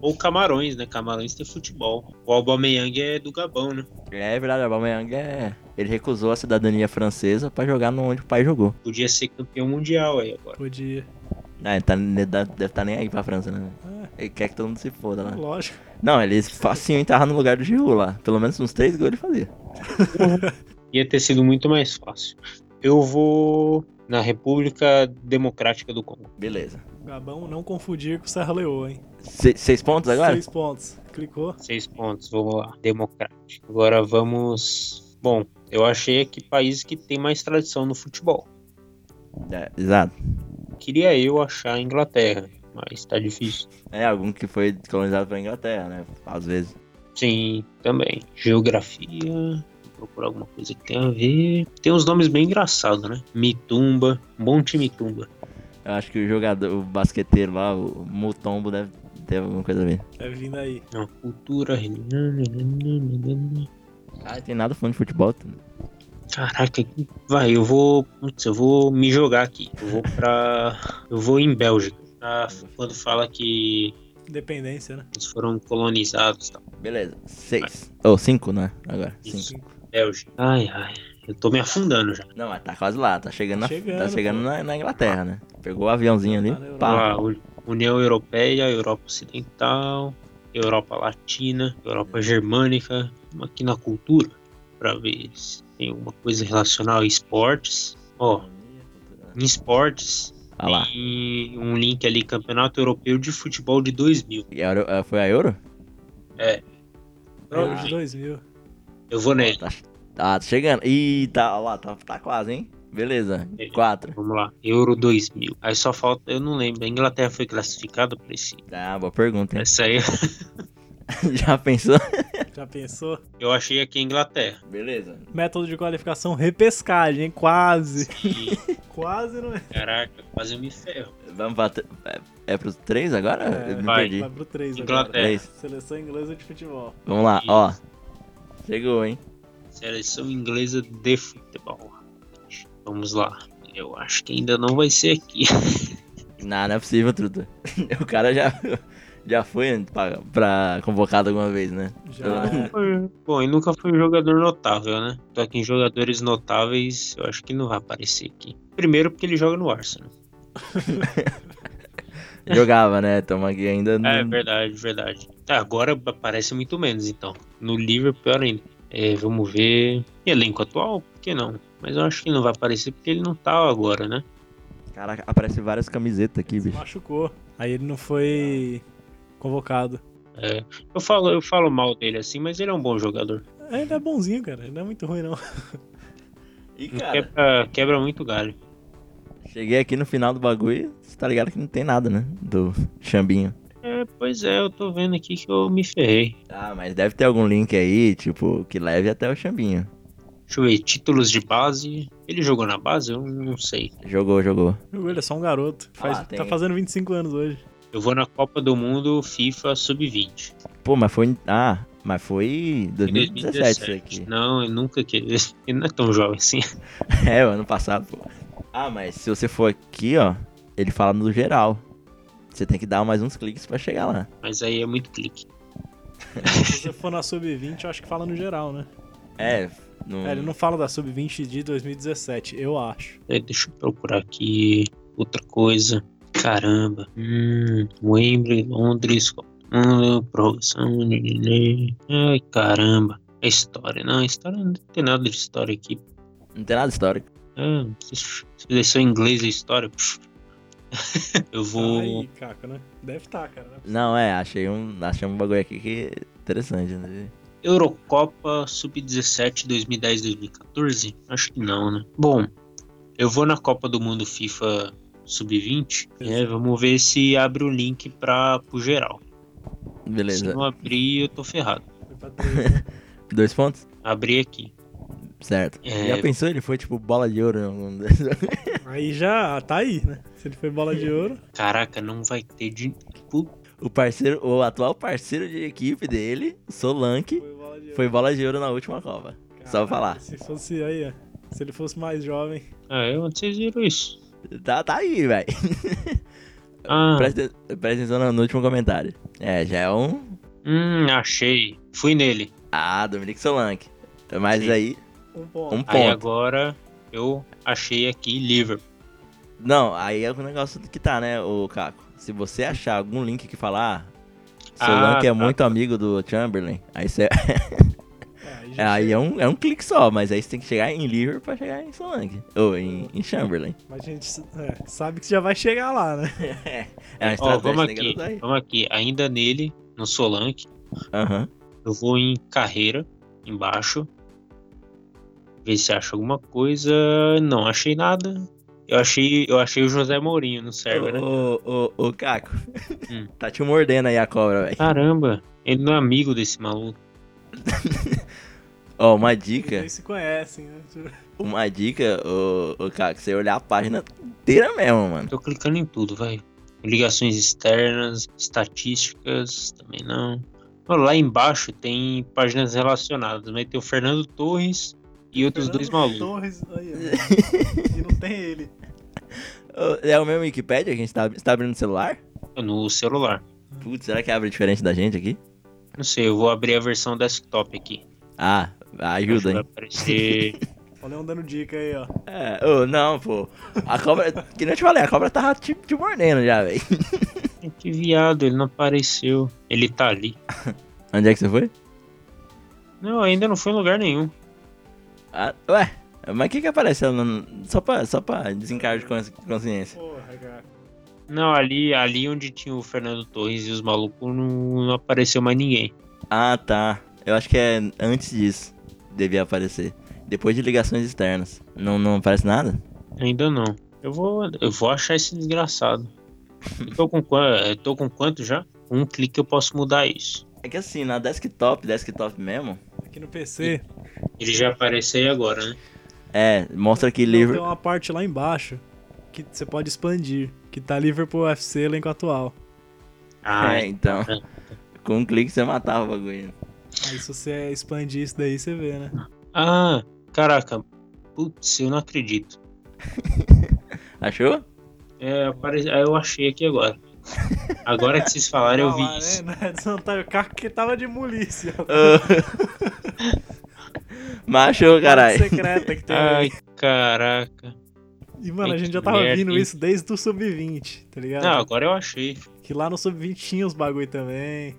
C: Ou Camarões, né? Camarões tem futebol. O Aubameyang é do Gabão, né?
A: É verdade, o Aubameyang é. Ele recusou a cidadania francesa pra jogar no onde o pai jogou.
C: Podia ser campeão mundial aí agora.
B: Podia.
A: Ah, ele tá, ele dá- deve estar nem aí pra França, né?
B: Ah,
A: Ele quer que todo mundo se foda lá.
B: lógico.
A: Não, ele facinho entrava no lugar do Giroud lá. Pelo menos uns três gols ele fazia.
C: Ia ter sido muito mais fácil. Eu vou na República Democrática do Congo.
A: Beleza.
B: Gabão, não confundir com Serra Leoa, hein?
A: Se- seis pontos agora?
B: Seis pontos. Clicou.
C: Seis pontos, vamos lá. Democrático. Agora vamos. Bom, eu achei aqui países que tem mais tradição no futebol.
A: É, exato.
C: Queria eu achar a Inglaterra, mas tá difícil.
A: É algum que foi colonizado pela Inglaterra, né? Às vezes.
C: Sim, também. Geografia. Vou procurar alguma coisa que tenha a ver. Tem uns nomes bem engraçados, né? Mitumba, Monte Mitumba.
A: Eu acho que o jogador, o basqueteiro lá, o Mutombo, deve ter alguma coisa a ver.
B: É vindo aí.
C: Não, cultura, religião.
A: Ah, tem nada falando de futebol.
C: Caraca, vai, eu vou. Putz, eu vou me jogar aqui. Eu vou pra. Eu vou em Bélgica. tá? Quando fala que
B: Independência, né?
C: eles foram colonizados, tá?
A: Beleza, seis.
B: Ah.
A: Ou cinco, né? Agora,
C: Isso.
A: cinco.
C: Bélgica. Ai, ai. Eu tô me afundando já.
A: Não, mas tá quase lá, tá chegando, na,
B: Chegando,
A: tá chegando
B: pô.
A: na, na Inglaterra, né? Pegou o aviãozinho ali,
B: Tá na
A: pá.
C: Ah, União Europeia, Europa Ocidental. Europa Latina, Europa Germânica, aqui na cultura, pra ver se tem alguma coisa relacionada a esportes. Ó, em esportes,
A: Ah lá.
C: tem um link ali, Campeonato Europeu de Futebol de 2000.
A: E a Euro- ah, foi a Euro?
B: Euro de 2000.
C: Eu vou nele.
A: Tá, tá chegando. Ih, tá, ó lá, tá, tá quase, hein? Beleza.
C: Beleza.
A: Quatro.
C: Vamos lá, Euro 2000. Aí só falta, eu não lembro, a Inglaterra foi classificada pra esse.
A: Ah, boa pergunta, hein?
C: Essa aí
A: Já pensou?
B: Já pensou?
C: eu achei aqui a Inglaterra.
A: Beleza.
B: Método de qualificação repescagem, hein? Quase.
C: E,
B: Quase não é.
C: caraca, quase eu me ferro.
A: Vamos pra. tr- É, é pros três agora?
B: É,
A: Eu me
C: vai.
A: perdi.
B: Vai pro 3 agora.
C: Inglaterra.
A: Três.
B: Seleção inglesa de futebol.
A: Vamos lá,
C: Isso.
A: ó. Chegou, hein?
C: Seleção inglesa de futebol. Vamos lá. Eu acho que ainda não vai ser aqui.
A: Não, não é possível, Truta. O cara já, já foi pra, pra convocado alguma vez, né?
B: Já.
A: Eu-
C: Bom, e nunca foi um jogador notável, né? Só que em jogadores notáveis, eu acho que não vai aparecer aqui. Primeiro porque ele joga no Arsenal.
A: Jogava, né? Toma aqui ainda.
C: É
A: não-
C: verdade, verdade. Tá, agora aparece muito menos, então. No Liverpool, pior ainda. É, vamos ver. Elenco atual? Por que não? Mas eu acho que não vai aparecer porque ele não tá agora, né?
A: Caraca, aparece várias camisetas aqui, bicho.
B: Machucou. Aí ele não foi convocado.
C: É, eu, falo, eu falo mal dele assim, mas ele é um bom jogador.
B: Ainda é bonzinho, cara. Ele Não é muito ruim, não.
A: E,
C: Quebra, quebra muito galho.
A: Cheguei aqui no final do bagulho e você tá ligado que não tem nada, né? Do Xambinho.
C: É, pois é, eu tô vendo aqui que eu me ferrei.
A: Ah, mas deve ter algum link aí, tipo, que leve até o Xambinho.
C: Deixa eu ver, títulos de base. Ele jogou na base? Eu não sei.
A: Jogou, jogou.
B: Jogou, Ele é só um garoto.
A: Ah,
B: Faz-
A: tem.
B: Tá fazendo 25 anos hoje.
C: Eu vou na Copa do Mundo FIFA Sub-20.
A: Pô, mas foi. Ah, mas foi
C: Em
A: 2017 isso aqui.
C: Não, eu nunca que Ele não é tão jovem assim.
A: É, o ano passado, pô. Ah, mas se você for aqui, ó, ele fala no geral. Você tem que dar mais uns cliques pra chegar lá.
C: Mas aí é muito clique.
B: Se você for na sub-20, eu acho que fala no geral, né?
A: É, não.
B: É, ele não fala da sub-20 de 2017, eu acho.
C: É, deixa eu procurar aqui outra coisa. Caramba. Hum, Wembley, Londres, Copa do Mundo, prorrogação. lelele. Ai, caramba. É história. Não, história não tem nada de história aqui.
A: não tem nada histórico.
C: Ah, se seleção inglesa e é história. pff. eu vou.
B: Aí, Caco, né? Deve estar, tá, cara.
A: Não, é, achei um. Achei um bagulho aqui que é interessante, né?
C: Eurocopa Sub-17 2010-2014? Acho que não, né? Bom, eu vou na Copa do Mundo FIFA Sub-20. né? vamos ver se abre o link pra, pro geral. Se
A: Beleza.
C: não abrir, eu tô ferrado.
B: Foi pra três, né?
A: Dois pontos?
C: Abri aqui.
A: Certo.
C: É.
A: Já pensou ele foi tipo bola de ouro em algum desses?
B: Aí já tá aí, né? Se ele foi bola de ouro.
C: Caraca, não vai ter de. Puta,
A: O parceiro, o atual parceiro de equipe dele, Solanke,
B: Foi bola de ouro.
A: foi bola de ouro na última Copa. Só pra falar.
B: Se fosse aí, ó. Se ele fosse mais jovem.
C: Ah, eu onde vocês viram isso?
A: Tá, tá aí, velho.
C: Ah,
A: Presta, presta atenção no, no último comentário. É, já é um.
C: hum, achei. Fui nele.
A: Ah, Dominique Solanke. Então, Mas
C: Sim.
A: aí,
B: Um ponto.
A: um
C: Aí
A: ponto.
C: agora eu achei aqui Liverpool.
A: Não, aí é o negócio que tá, né, o Caco? Se você achar algum link que falar,
C: Ah,
A: Solanke é
C: tá.
A: muito amigo do Chamberlain, aí, você,
B: Aí já
A: aí
B: chega.
A: é, um, é um clique só, mas aí você tem que chegar em Liverpool pra chegar em Solanke. Ou em, em Chamberlain.
B: Mas a gente é, sabe que já vai chegar lá, né?
A: É uma
C: Ó,
A: estratégia,
C: vamos
A: tem que
C: aqui,
A: adotar aí.
C: vamos aqui. Ainda nele, no Solanke.
A: Aham.
C: Eu vou em carreira, embaixo. Ver se acha alguma coisa. Não achei nada. Eu achei, eu achei o José Mourinho no server, né?
A: Ô, ô, ô, Caco,
C: Hum.
A: tá te mordendo aí a cobra, velho.
C: Caramba, ele não é amigo desse maluco.
A: Ó, uma dica,
B: Eles se conhecem, né?
A: uma dica, ô, ô, Caco, você olhar a página inteira mesmo, mano.
C: Tô clicando em tudo, vai. Ligações externas, estatísticas, também não. Ó, Lá embaixo tem páginas relacionadas, mas tem o Fernando Torres e outros dois
B: Fernando
C: malucos.
B: Torres, aí, ó. e não tem ele.
A: Ô, É o mesmo Wikipedia que a gente tá, você tá abrindo no celular?
C: No celular.
A: Putz, será que abre diferente da gente aqui?
C: Não sei, eu vou abrir a versão desktop aqui.
A: Ah,
C: Acho que
A: ajuda,
C: Vai
A: hein?
C: aparecer
B: Olha um dando dica aí, ó.
A: É, ô, não, pô. A cobra. que nem eu te falei, a cobra tava te, te mordendo já, velho.
C: Que viado, ele não apareceu. Ele tá ali.
A: Onde é que você foi?
C: Não, ainda não foi em lugar nenhum.
A: Ah, ué, mas o que que apareceu? no- Só pra, só pra desencargo de consci- consciência.
B: Porra, cara.
C: Não, ali, ali onde tinha o Fernando Torres e os malucos, não, não apareceu mais ninguém.
A: Ah, tá. Eu acho que é antes disso devia aparecer. Depois de ligações externas. Não, não aparece nada?
C: Ainda não. Eu vou, eu vou achar esse desgraçado. Eu tô com, qua- eu tô com quanto já? Um clique eu posso mudar isso.
A: É que assim, na desktop, desktop mesmo,
B: Aqui no PC
C: Ele já apareceu aí agora, né?
A: é, mostra que
B: tem um
A: livro.
B: uma parte lá embaixo que você pode expandir, que tá Liverpool UFC elenco atual.
C: Ah,
A: É, então. Com um clique você matava o bagulho.
B: Aí se você expandir isso daí, você vê, né?
C: Ah, caraca. Putz, eu não acredito.
A: Achou?
C: É, apare... ah, eu achei aqui agora. Agora que vocês falaram, eu vi isso.
B: Né? Desvantagem, o carro que tava de milícia.
A: Mas achou, caralho.
B: secreta que tem
C: Ai,
B: aí.
C: caraca.
B: E, mano, a
C: que
B: gente já tava
C: merda,
B: vindo
C: hein?
B: isso desde o Sub-20, tá ligado?
C: Não, agora eu achei.
B: Que lá no Sub-20 tinha os bagulho também.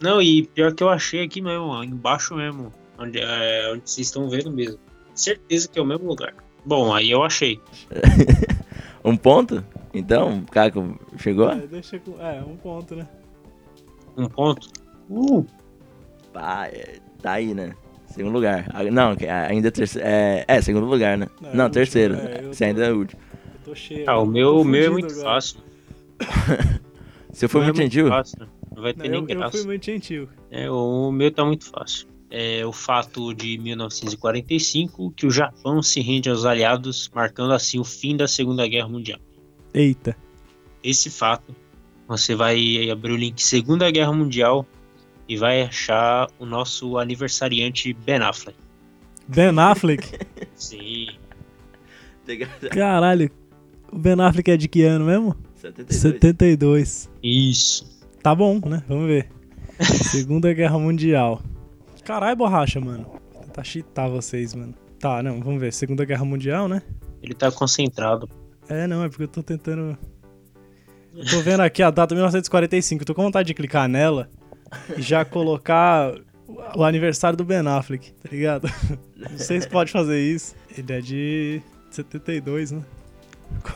C: Não, e pior que eu achei aqui mesmo, ó, embaixo mesmo. Onde, é, onde vocês estão vendo mesmo. Certeza que é o mesmo lugar. Bom, aí eu achei.
A: Um ponto? Então, Caco, chegou?
B: É, deixa com... É, um ponto, né?
C: Um ponto. Uh,
A: Pá, é, tá aí, né? Segundo lugar. Ah, Não, que- ah, ainda é terceiro. É, é, segundo lugar, né?
B: Não, é
A: Não,
B: último,
A: terceiro.
B: é, eu
A: Você
B: tô-
A: ainda é último.
B: Eu tô cheio.
C: ah, o
B: eu
C: meu,
B: tô
C: o meu é
B: fudido
C: muito
B: agora.
C: fácil.
A: Você foi
C: O meu
A: muito
C: é
A: gentil?
C: fácil, Não vai
B: Não,
C: ter nem
B: eu, eu
C: graça.
B: fui muito gentil.
C: É, o meu tá muito fácil. É o fato de 1945 que o Japão se rende aos aliados, marcando assim o fim da Segunda Guerra Mundial.
B: Eita.
C: Esse fato, você vai abrir o link Segunda Guerra Mundial e vai achar o nosso aniversariante Ben Affleck.
B: Ben Affleck?
C: Sim,
B: Caralho. O Ben Affleck é de que ano mesmo?
A: 72.
B: 72.
C: isso.
B: Tá bom, né? Vamos ver. Segunda Guerra Mundial. Caralho, borracha, mano. Vou tentar cheatar vocês, mano. Tá, não, vamos ver. Segunda Guerra Mundial, né?
C: Ele tá concentrado.
B: É, não, é porque eu tô tentando. Eu tô vendo aqui a data 1945. eu Tô com vontade de clicar nela e já colocar o- o aniversário do Ben Affleck, tá ligado? Não sei se pode fazer isso. Ele é de 72, né?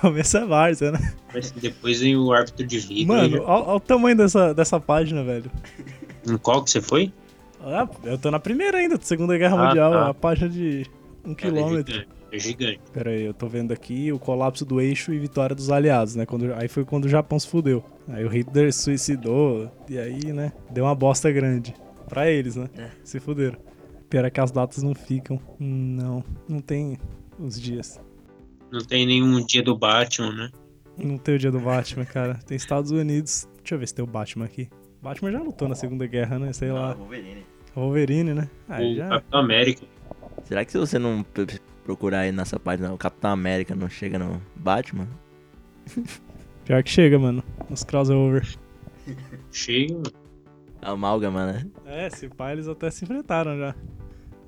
B: Começo é Várzea, né?
C: Mas depois vem o árbitro de vida.
B: Mano, olha o tamanho dessa, dessa página, velho.
C: Em qual que você foi?
B: Ah, Eu tô na primeira ainda, da Segunda Guerra
C: Ah,
B: Mundial,
C: tá.
B: a página de um quilômetro.
C: É gigante.
B: Pera aí, eu tô vendo aqui o colapso do eixo e vitória dos aliados, né? Quando, aí foi quando o Japão se fudeu. Aí o Hitler suicidou, e aí, né? Deu uma bosta grande. Pra eles, né?
C: É.
B: Se fuderam. Pera que as datas não ficam. Hum, Não, não tem os dias.
C: Não tem nenhum dia do Batman, né?
B: Não tem o dia do Batman, cara. Tem Estados Unidos. Deixa eu ver se tem o Batman aqui. Batman já lutou na Segunda Guerra, né? Sei lá.
A: Wolverine.
B: Wolverine, né? Ah,
C: o
B: já.
C: Capitão América.
A: Será que se você não p- p- procurar aí nessa página, o Capitão América não chega no Batman?
B: Pior que chega, mano. Os crossover.
C: Chega,
A: Amálgama, né?
B: É, se pá, eles até se enfrentaram já.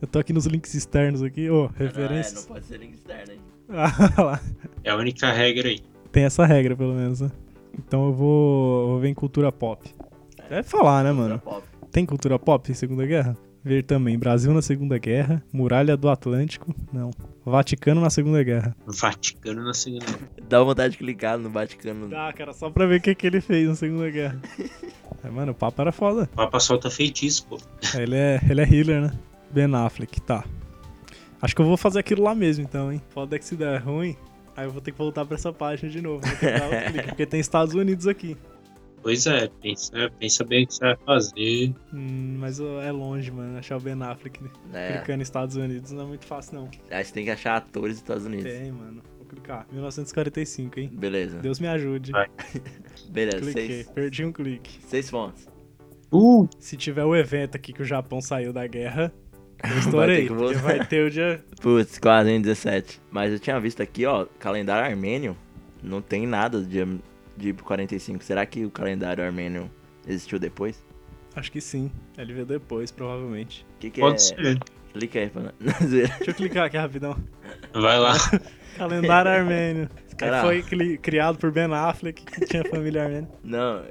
B: Eu tô aqui nos links externos aqui, ô, referências.
A: É, pode ser link externo, hein?
B: Ah, lá.
C: É a única regra aí.
B: Tem essa regra, pelo menos, né? Então eu vou, vou ver em cultura pop. Deve falar, né, mano? Tem cultura pop em Segunda Guerra? Ver também Brasil na Segunda Guerra, Muralha do Atlântico, não. Vaticano na Segunda Guerra.
C: Vaticano Um na segunda.
A: Dá vontade de clicar no Vaticano.
B: Tá, cara, só pra ver o que, que ele fez na Segunda Guerra. É, mano, o papo era foda.
C: O Papa solta feitiço, pô.
B: Ele é, ele é healer, né? Ben Affleck, tá. Acho que eu vou fazer aquilo lá mesmo, então, hein? Foda que se der ruim, aí eu vou ter que voltar pra essa página de novo. Vou ter que dar outro clique, porque tem Estados Unidos aqui.
C: Pois é, pensa, pensa bem o que você vai fazer.
B: Hum, mas ó, é longe, mano. Achar o Ben Affleck né?
A: É,
B: clicando nos Estados Unidos não é muito fácil, não.
A: aí você tem que achar atores dos Estados Unidos.
B: Tem, mano. Vou clicar. 1945, hein?
A: Beleza.
B: Deus me ajude.
C: Vai.
A: Beleza,
B: Cliquei.
A: é seis,
B: Perdi um clique.
A: seis pontos.
C: Uh,
B: Se tiver o evento aqui que o Japão saiu da guerra, eu
A: ter
B: estourei.
A: que
B: porque
A: voltar.
B: vai ter o dia...
A: Putz, quase em 17. Mas eu tinha visto aqui, ó, calendário armênio. Não tem nada de, de 45. Será que o calendário armênio existiu depois?
B: Acho que sim. Ele veio depois, provavelmente.
A: O que, que é
C: pode ser.
A: o Clica aí, pra... zoeira.
B: Deixa eu clicar aqui rapidão.
C: Vai lá.
B: Calendário armênio.
A: Cara-
B: Que foi cli- criado por Ben Affleck, que tinha família armênia.
A: Não,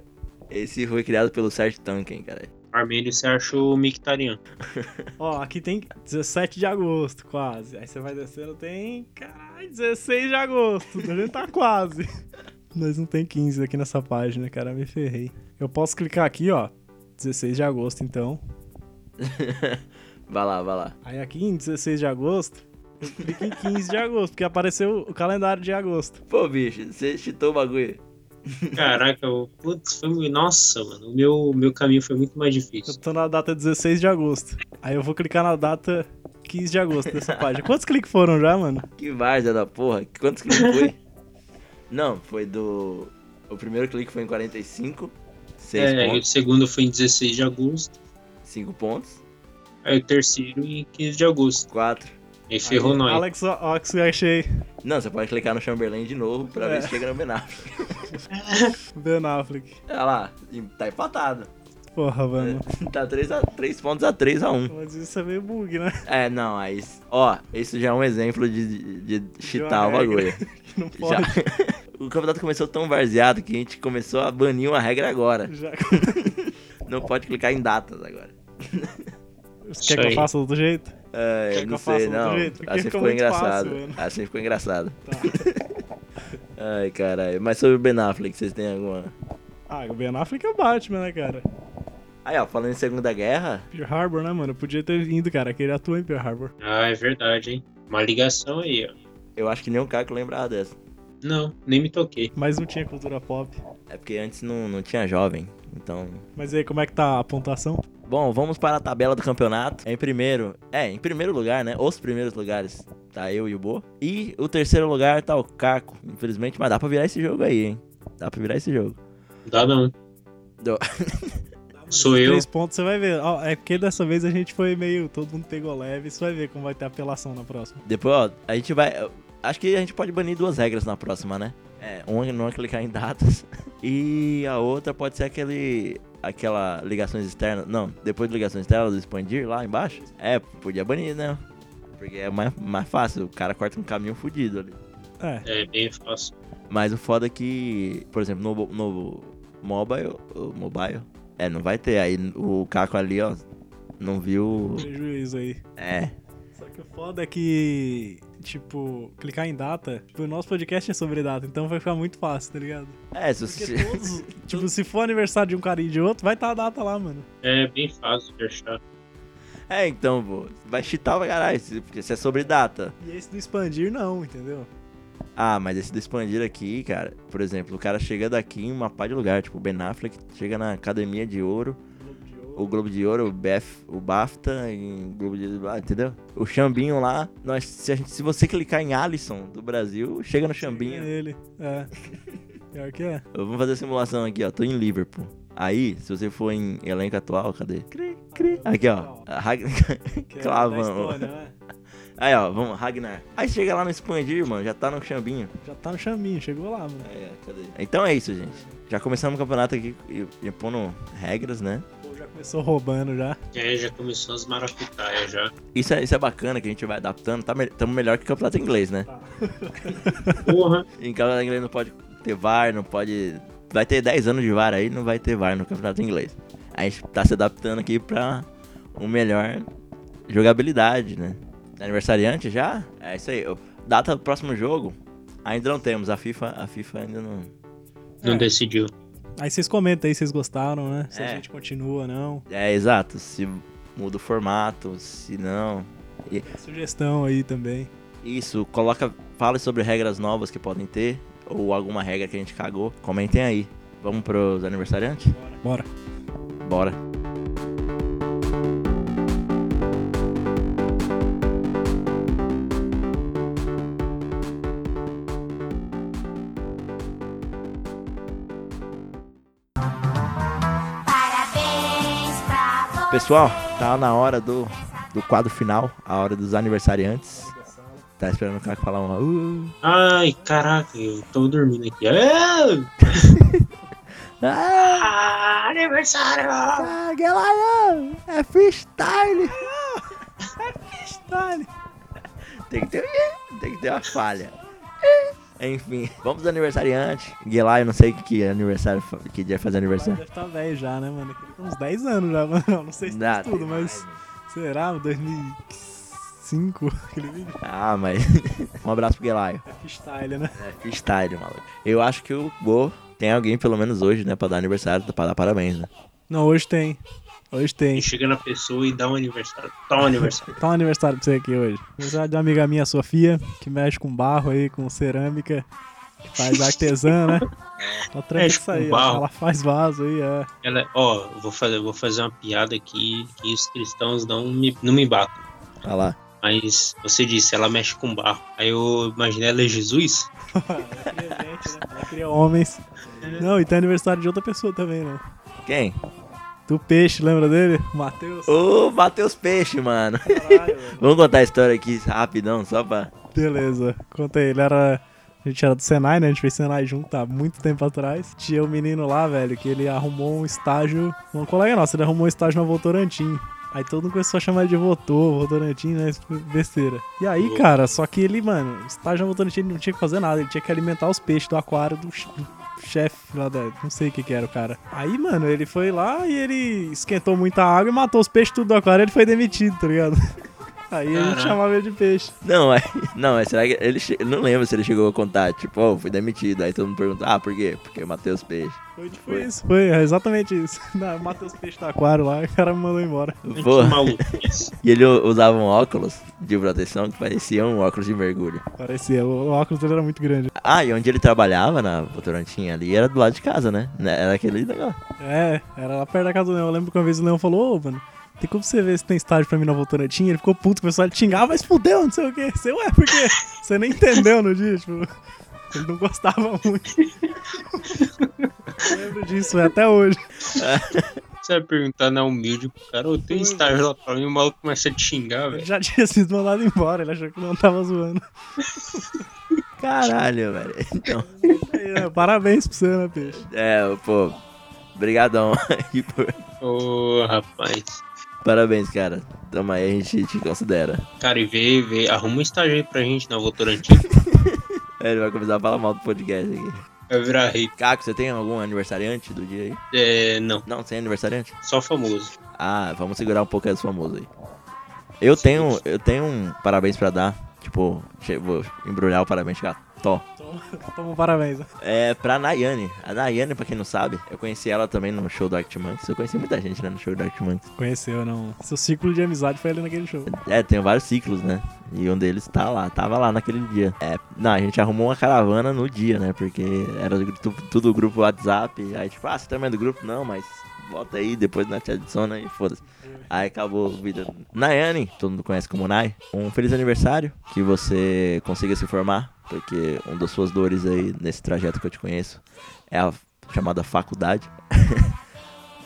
A: esse foi criado pelo Sérgio Tanken, cara.
C: Armênio, você acha o Mictarian.
B: Ó, aqui tem 17 de agosto, quase. Aí você vai descendo, tem. Caralho, 16 de agosto. A gente tá quase. Nós não tem 15 aqui nessa página, cara. Me ferrei. Eu posso clicar aqui, ó. 16 de agosto, então.
A: vai lá, vai lá.
B: Aí aqui em 16 de agosto, eu clico em 15 de agosto, porque apareceu o calendário de agosto.
A: Pô, bicho, você chitou o bagulho.
C: Caraca, eu- putz, foi muito. Nossa, mano. O meu, meu caminho foi muito mais
B: Eu
C: difícil.
B: tô na data 16 de agosto. Aí eu vou clicar na data 15 de agosto dessa página. Quantos cliques foram já, mano?
A: Que várzea da porra. Quantos cliques foi? Não, foi do... O primeiro clique foi em 45. 6
C: É, e o
A: pontos.
C: segundo foi em 16 de agosto.
A: 5 pontos.
C: Aí o terceiro em 15 de agosto.
A: 4.
C: Aí ferrou nós.
B: Alex Ox, eu achei.
A: Não, você pode clicar no Chamberlain de novo pra ver
B: É.
A: se chega no Ben Affleck.
B: Ben Affleck.
A: Olha lá, e tá empatado.
B: Porra, mano.
C: É.
A: Tá 3, a, 3 pontos a 3 a 1.
B: Mas isso é meio bug, né?
A: É, não, aí... Ó, isso já é um exemplo de, de, de chitar o
B: é regra.
A: bagulho.
B: Que Não
A: Já.
B: pode.
A: o campeonato começou tão varzeado que a gente começou a banir uma regra agora.
B: Já.
A: Não pode clicar em datas agora.
B: Quer que eu
C: aí.
B: faça do outro jeito?
A: É,
B: Quer que
A: não
B: eu faça um
A: sei,
B: outro
A: não.
B: jeito? Porque
A: Assim
B: ficou
A: ficou
B: muito
A: engraçado.
B: fácil, mano.
A: Assim ficou engraçado.
B: Tá.
A: Ai, caralho. Mas sobre o Ben Affleck, vocês têm alguma...
B: Ah, o Ben Affleck é o Batman, né, cara?
A: Aí, ó, falando em Segunda Guerra...
B: Pearl Harbor, né, mano? Eu podia ter vindo, cara, que ele atua em Pearl Harbor.
C: Ah, é verdade, hein? Uma ligação aí, ó.
A: Eu acho que nem o Caco lembrava dessa.
C: Não, nem me toquei.
B: Mas não tinha cultura pop.
A: É porque antes não, não tinha jovem, então...
B: Mas e aí, como é que tá a pontuação?
A: Bom, vamos para a tabela do campeonato. Em primeiro... É, em primeiro lugar, né? Os primeiros lugares tá eu e o Bo. E o terceiro lugar tá o Caco. Infelizmente, mas dá pra virar esse jogo aí, hein? Dá pra virar esse jogo.
C: Dá não.
A: Do-
C: Tá Sou eu.
B: Três pontos, você vai ver. Ó, é porque dessa vez a gente foi meio. Todo mundo pegou leve. Você vai ver como vai ter apelação na próxima.
A: Depois, ó, a gente vai. Acho que a gente pode banir duas regras na próxima, né? É, uma é não clicar em datas. E a outra pode ser aquele. Aquela ligações externas. Não, depois de ligações externas, expandir lá embaixo. É, podia banir, né? Porque é mais, mais fácil. O cara corta um caminho fudido ali.
B: É.
C: É bem fácil.
A: Mas o foda é que, por exemplo, no, no mobile, o mobile. É, não vai ter. Aí o Caco ali, ó, não viu.
B: Prejuízo aí.
A: É.
B: Só que o foda é que, tipo, clicar em data, tipo, o nosso podcast é sobre data, então vai ficar muito fácil, tá ligado?
A: É, se
B: Porque
A: você.
B: todos, tipo, se for aniversário de um cara e de outro, vai estar a data lá, mano.
C: É bem fácil fechar.
A: É, então, pô, vai chitar pra caralho, se- porque se é sobre data.
B: E esse do expandir, não, entendeu?
A: Ah, mas esse do expandir aqui, cara, por exemplo, o cara chega daqui em uma pá de lugar, tipo, o Ben Affleck chega na Academia de Ouro, o Globo de Ouro, o, Bef, o BAFTA, em Globo de ah, entendeu? O Xambinho lá, nós, se, a gente- se você clicar em Alisson do Brasil, chega no
B: É
A: Xambinho.
B: Ele, é. Pior que é.
A: Eu- Vamos fazer a simulação aqui, ó, tô em Liverpool. Aí, se você for em elenco atual, cadê? Cri, cri. Aqui, ó. Ragn-
B: Que é
A: Clavão.
B: da Estônia, né?
A: Aí, ó, vamos, Ragnar. Aí chega lá no expandir, mano, já tá no Xambinho.
B: Já tá no chaminho, chegou lá, mano.
A: É, cadê? Então é isso, gente. Já começamos o campeonato aqui e- e pondo regras, né?
B: É, Pô, já começou roubando já.
C: É, já começou as maracutaias já.
A: Isso é, isso é bacana que a gente vai adaptando. Tá me- tamo melhor que o campeonato inglês, né?
C: Porra.
A: Em campeonato inglês não pode ter VAR, não pode. Vai ter 10 anos de VAR aí, não vai ter VAR no campeonato inglês. A gente tá se adaptando aqui pra um melhor jogabilidade, né? Aniversariante já? É isso aí. Eu- Data do próximo jogo? Ainda não temos. A FIFA, a FIFA ainda não.
C: Não
B: É.
C: decidiu.
B: Aí vocês comentam aí se vocês gostaram, né? Se
A: É.
B: a gente continua ou não.
A: É, exato. Se muda o formato, se não.
B: Sugestão aí também.
A: Isso, coloca, fala sobre regras novas que podem ter, ou alguma regra que a gente cagou. Comentem aí. Vamos pros aniversariantes?
B: Bora.
A: Bora.
E: Parabéns pra você.
A: Pessoal, tá na hora do, do quadro final, a hora dos aniversariantes. Tá esperando o cara falar uma. Uh,
C: Ai, caraca, eu tô dormindo aqui. Ah,
A: ah,
C: aniversário!
A: Guilherme, é freestyle!
B: detalhe.
A: Tem que ter, tem que ter uma falha. Enfim, vamos ao aniversariante. Guilherme, eu não sei que, que aniversário fa- que dia faz aniversário.
B: Deve estar velho já, né, mano? Ele tem uns 10 anos já, mano. Não sei se
A: Dá,
B: tem né? tudo,
A: tem
B: mas. Será? 2005? Aquele vídeo?
A: Ah, mas um abraço pro Guilherme.
B: É freestyle, né?
A: É freestyle, maluco. Eu acho que o Bo tem alguém pelo menos hoje, né, pra dar aniversário, pra dar parabéns, né?
B: Não, hoje tem. Hoje tem.
C: E chega na pessoa e dá um aniversário. Tá um aniversário.
B: Tá um aniversário pra você aqui hoje. Aniversário de uma amiga minha, Sofia, que mexe com barro aí, com cerâmica, que faz artesã, né? Ela tranca
C: É, Mexe
B: isso aí,
C: com
B: ela-
C: barro.
B: ela faz vaso aí, é.
C: Ela, ó, eu vou fazer, eu vou fazer uma piada aqui que os cristãos não me, não me batam.
A: Olha lá.
C: Mas você disse, ela mexe com barro. Aí eu imaginei ela é Jesus.
B: Ela cria gente, né? Ela cria homens. Não, e tem aniversário de outra pessoa também, né?
A: Quem?
B: Do peixe, lembra dele? Matheus.
A: Ô, Matheus Peixe, mano. Vamos contar a história aqui rapidão, só pra.
B: Beleza, conta aí. Ele era. A gente era do Senai, né? A gente fez Senai junto há muito tempo atrás. Tinha um menino lá, velho, que ele arrumou um estágio. Um colega nosso, ele arrumou um estágio na Votorantim. Aí todo mundo começou a chamar ele de Votor, Votorantim, né? isso foi Besteira. E aí, cara, só que ele, mano, estágio na Votorantim ele não tinha que fazer nada. Ele tinha que alimentar os peixes do aquário do, ch- do chefe lá da. Não sei o que que era o cara. Aí, mano, ele foi lá e ele esquentou muita água e matou os peixes tudo do aquário. Ele foi demitido, tá ligado? Aí a gente
C: Caraca.
B: chamava ele de peixe.
A: Não, é. Não, é. Será que ele. che- Não lembro se ele chegou a contar. Tipo, ó, fui demitido. Aí todo mundo pergunta, ah, por quê? Porque o Matheus Peixe.
B: Foi, tipo
A: Foi.
B: isso, foi é exatamente isso. Na- O Matheus Peixe do aquário lá, o cara me mandou embora.
C: Que
A: Porra.
C: maluco isso.
A: E ele u- usava um óculos de proteção que parecia um óculos de mergulho.
B: Parecia, o o óculos dele era muito grande.
A: Ah, e onde ele trabalhava na Votorantim ali era do lado de casa, né? Né, Era aquele negócio.
B: É, era lá perto da casa do Leão. Eu lembro que uma vez o Leão falou, ô, mano, tem como você ver se tem estágio pra mim na Voltorantinha? Ele ficou puto, começou a ele xingar, mas fudeu, não sei o quê. Você, ué, por quê? Você nem entendeu no dia, tipo... Ele não gostava muito. Eu lembro disso, velho, até hoje.
C: Você vai perguntar na humilde pro cara, ô, tem estágio lá pra mim, o maluco começa a te xingar,
B: Ele
C: velho.
B: já tinha sido mandado embora, ele achou que não tava zoando.
A: Caralho, velho. Então,
B: Aí, né, Parabéns pra você, né, peixe?
A: é, pô. Obrigadão. aí por-
C: Ô, rapaz.
A: Parabéns, cara. Tamo aí, a gente te considera.
C: Cara, e vê, vê, arruma um estágio aí pra gente na Votorantim.
A: É, Ele vai começar a falar mal do podcast aqui.
C: Vai virar rei.
A: Caco, você tem algum aniversariante do dia aí?
C: É, não,
A: Não, sem aniversariante?
C: só famoso.
A: Ah, vamos segurar um pouco esse famoso aí. Eu tenho, eu tenho um parabéns pra dar. Tipo, che- vou embrulhar o parabéns, cara. Tó.
B: Toma, toma um parabéns. né?
A: É pra Nayane. A Nayane, pra quem não sabe, eu conheci ela também no show do Arctic Monkeys. Eu conheci muita gente, né, no show do Arctic Monkeys.
B: Conheceu, não. Seu círculo de amizade foi ali naquele show.
A: É, tem vários ciclos, né? E um deles tá lá, tava lá naquele dia. É, não, a gente arrumou uma caravana no dia, né? Porque era do gru- tu- tudo grupo WhatsApp. Aí tipo, ah, você também é do grupo? Não, mas volta aí, depois nós te adiciona e foda-se. Aí acabou a vida. Nayane, todo mundo conhece como Nay. Um feliz aniversário, que você consiga se formar, porque uma das suas dores aí nesse trajeto que eu te conheço é a chamada faculdade.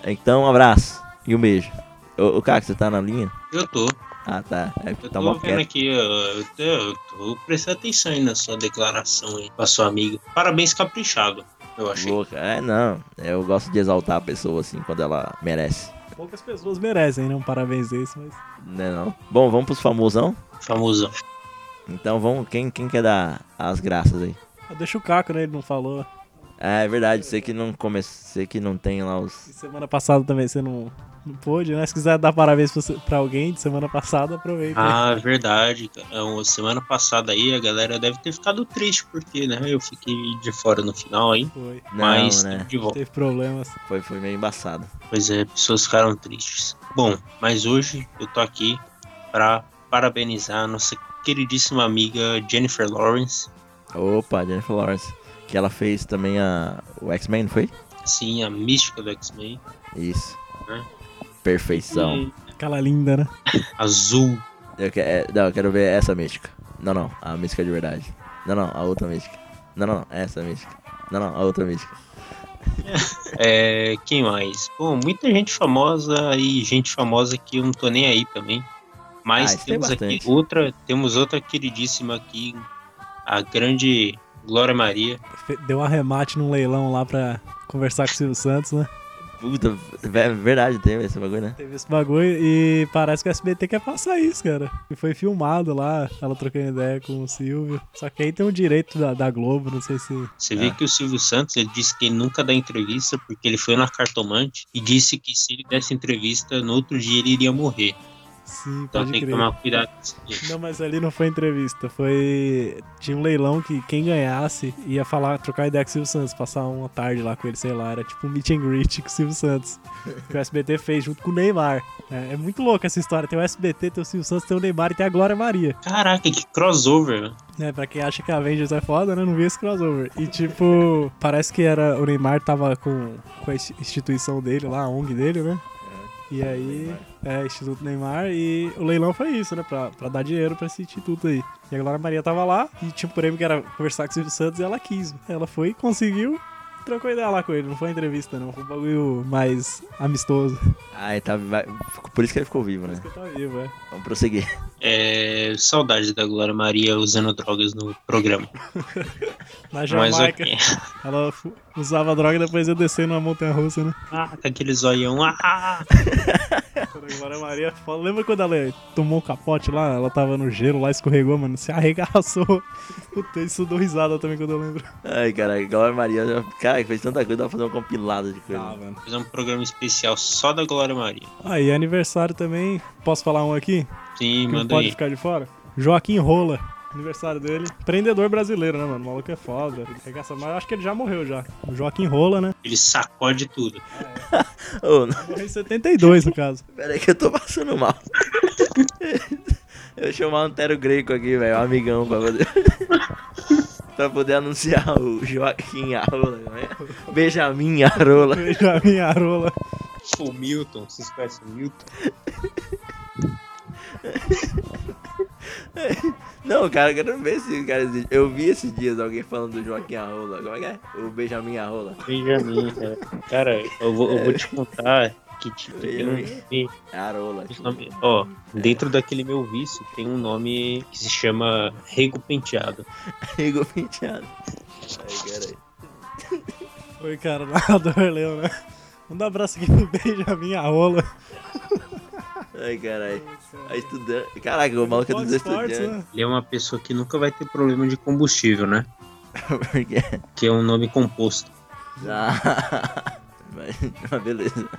A: então, um abraço e um beijo. Ô, ô Caco, você tá na linha?
C: Eu tô.
A: Ah, tá. É
C: Eu
A: porque tá
C: tô
A: mó
C: vendo
A: quieto.
C: aqui, ó, eu tô, eu tô prestando atenção aí na sua declaração aí pra sua amiga. Parabéns, caprichado, eu achei.
A: Louca. É, não. Eu gosto de exaltar a pessoa, assim, quando ela merece.
B: Poucas pessoas merecem, né? Um parabéns desse, mas.
A: Né, não? Bom, vamos pros famosão?
C: Famosão.
A: Então, vamos... Quem, quem quer dar as graças aí?
B: Ah, Deixa o Caco, né? Ele não falou.
A: É, é verdade. Você que não come... Você que não tem lá
B: E
A: os...
B: semana passada também você não, não pôde, né? Se quiser dar parabéns pra, você- pra alguém de semana passada, aproveita.
C: Ah, verdade. cara. Uma Semana passada aí a galera deve ter ficado triste, porque, né? Eu fiquei de fora no final aí.
B: Foi.
A: Não,
C: mas
A: né?
C: de volta.
B: Teve problemas.
A: Foi, foi meio embaçado.
C: Pois é, pessoas ficaram tristes. Bom, mas hoje eu tô aqui pra parabenizar a nossa queridíssima amiga Jennifer Lawrence.
A: Opa, Jennifer Lawrence. Que ela fez também a... O X-Men, foi?
C: Sim, assim, a mística do X-Men.
A: Isso.
C: Hum.
A: Perfeição.
C: E
B: Aquela linda, né?
C: Azul.
A: Eu, que- é, não, eu quero ver essa mística. Não, não. A mística de verdade. Não, não. A outra mística. Não, não. não, Essa mística. Não, não. A outra mística.
C: É, quem mais? Bom, muita gente famosa e gente famosa que eu não tô nem aí também. Mas
A: Ah, isso tem
C: temos aqui
A: bastante.
C: outra, temos outra queridíssima aqui, a grande Glória Maria.
B: Fe- Deu um arremate num leilão lá pra conversar com o Silvio Santos, né?
A: Puta, é verdade, teve esse bagulho, né?
B: Teve esse bagulho e parece que o SBT quer passar isso, cara. E foi filmado lá, ela trocando ideia com o Silvio. Só que aí tem um direito da, da Globo, não sei se.
C: Você vê que o Silvio Santos ele disse que ele nunca dá entrevista porque ele foi na cartomante e disse que se ele desse entrevista no outro dia ele iria morrer.
B: Sim,
C: Então
B: pode
C: tem que
B: crer.
C: tomar cuidado. com isso aí.
B: Não, mas ali não foi entrevista, foi. Tinha um leilão que quem ganhasse ia falar, trocar ideia com o Silvio Santos, passar uma tarde lá com ele, sei lá, era tipo um meet and greet com o Silvio Santos. Que o SBT fez junto com o Neymar. É, é muito louco essa história. Tem o SBT, tem o Silvio Santos, tem o Neymar e tem a Glória Maria.
C: Caraca, que crossover. né? mano.
B: É, pra quem acha que a Avengers é foda, né? Não vi esse crossover. E tipo, parece que era. O Neymar tava com, com a insti- instituição dele lá, a ONG dele, né? E aí, é, Instituto Neymar, e o leilão foi isso, né? Pra, pra dar dinheiro pra esse instituto aí. E a Glória Maria tava lá, e tinha um prêmio que era conversar com o Silvio Santos, e ela quis. Ela foi, conseguiu, trocou ideia lá com ele. Não foi entrevista, não. Foi um bagulho mais amistoso.
A: Ah, ele tá, vai- por isso que ele ficou vivo, né?
B: Porque tá vivo, é.
A: Vamos prosseguir.
C: É, saudade da Glória Maria usando drogas no programa.
B: Na
C: Mas
B: Jamaica,
C: ok.
B: ela fu- usava droga e depois eu descendo na montanha russa, né?
C: Ah, com aquele zoião. Ah,
B: Quando a Glória Maria falou- lembra quando ela tomou um capote lá? Ela tava no gelo lá, escorregou, mano, se arregaçou. Puta, isso dou risada também quando eu lembro.
A: Ai, cara, igual a Maria. já- Cara, fez tanta coisa, dá pra fazer um compilado de coisa.
B: mano.
C: fazer um programa especial só da Glória Maria.
B: Aí, Ah, aniversário também. Posso falar um aqui?
C: Sim,
B: Que não
C: manda
B: pode
C: aí.
B: ficar de fora? Joaquim Rola. Aniversário dele. Empreendedor brasileiro, né, mano? O maluco é foda. Ele arregaça, mas eu acho que ele já morreu já. O Joaquim Rola, né?
C: Ele sacode tudo.
A: Ô, não,
B: Morreu em 72, no caso.
A: pera aí que eu tô passando mal. eu chamar o Antero Greco aqui, velho, um amigão pra poder. pra poder anunciar o Joaquim Arola, né? Benjamin Arola.
B: Benjamin Arola.
C: O Milton, vocês conhecem o Milton?
A: Não, cara, eu quero ver se cara existe. Eu vi esses dias alguém falando do Joaquim Arrola. Como é que é? O Benjamin Arrola.
C: Benjamin, cara. Cara, eu vou, eu vou te contar que tipo, tem um,
A: Arola.
C: Esse nome- Ó, dentro daquele meu vício tem um nome que se chama Rego Penteado.
A: Igor Penteado. Ai, caralho.
B: Oi, cara, lá do Orleão, né? Manda um abraço aqui pro Benjamin Arola.
A: Ai, caralho. A estudante. Caraca, o maluco é dos estudantes.
B: né?
C: Ele é uma pessoa que nunca vai ter problema de combustível, né?
A: Porque.
C: Que é um nome composto.
A: Ah, mas, mas beleza.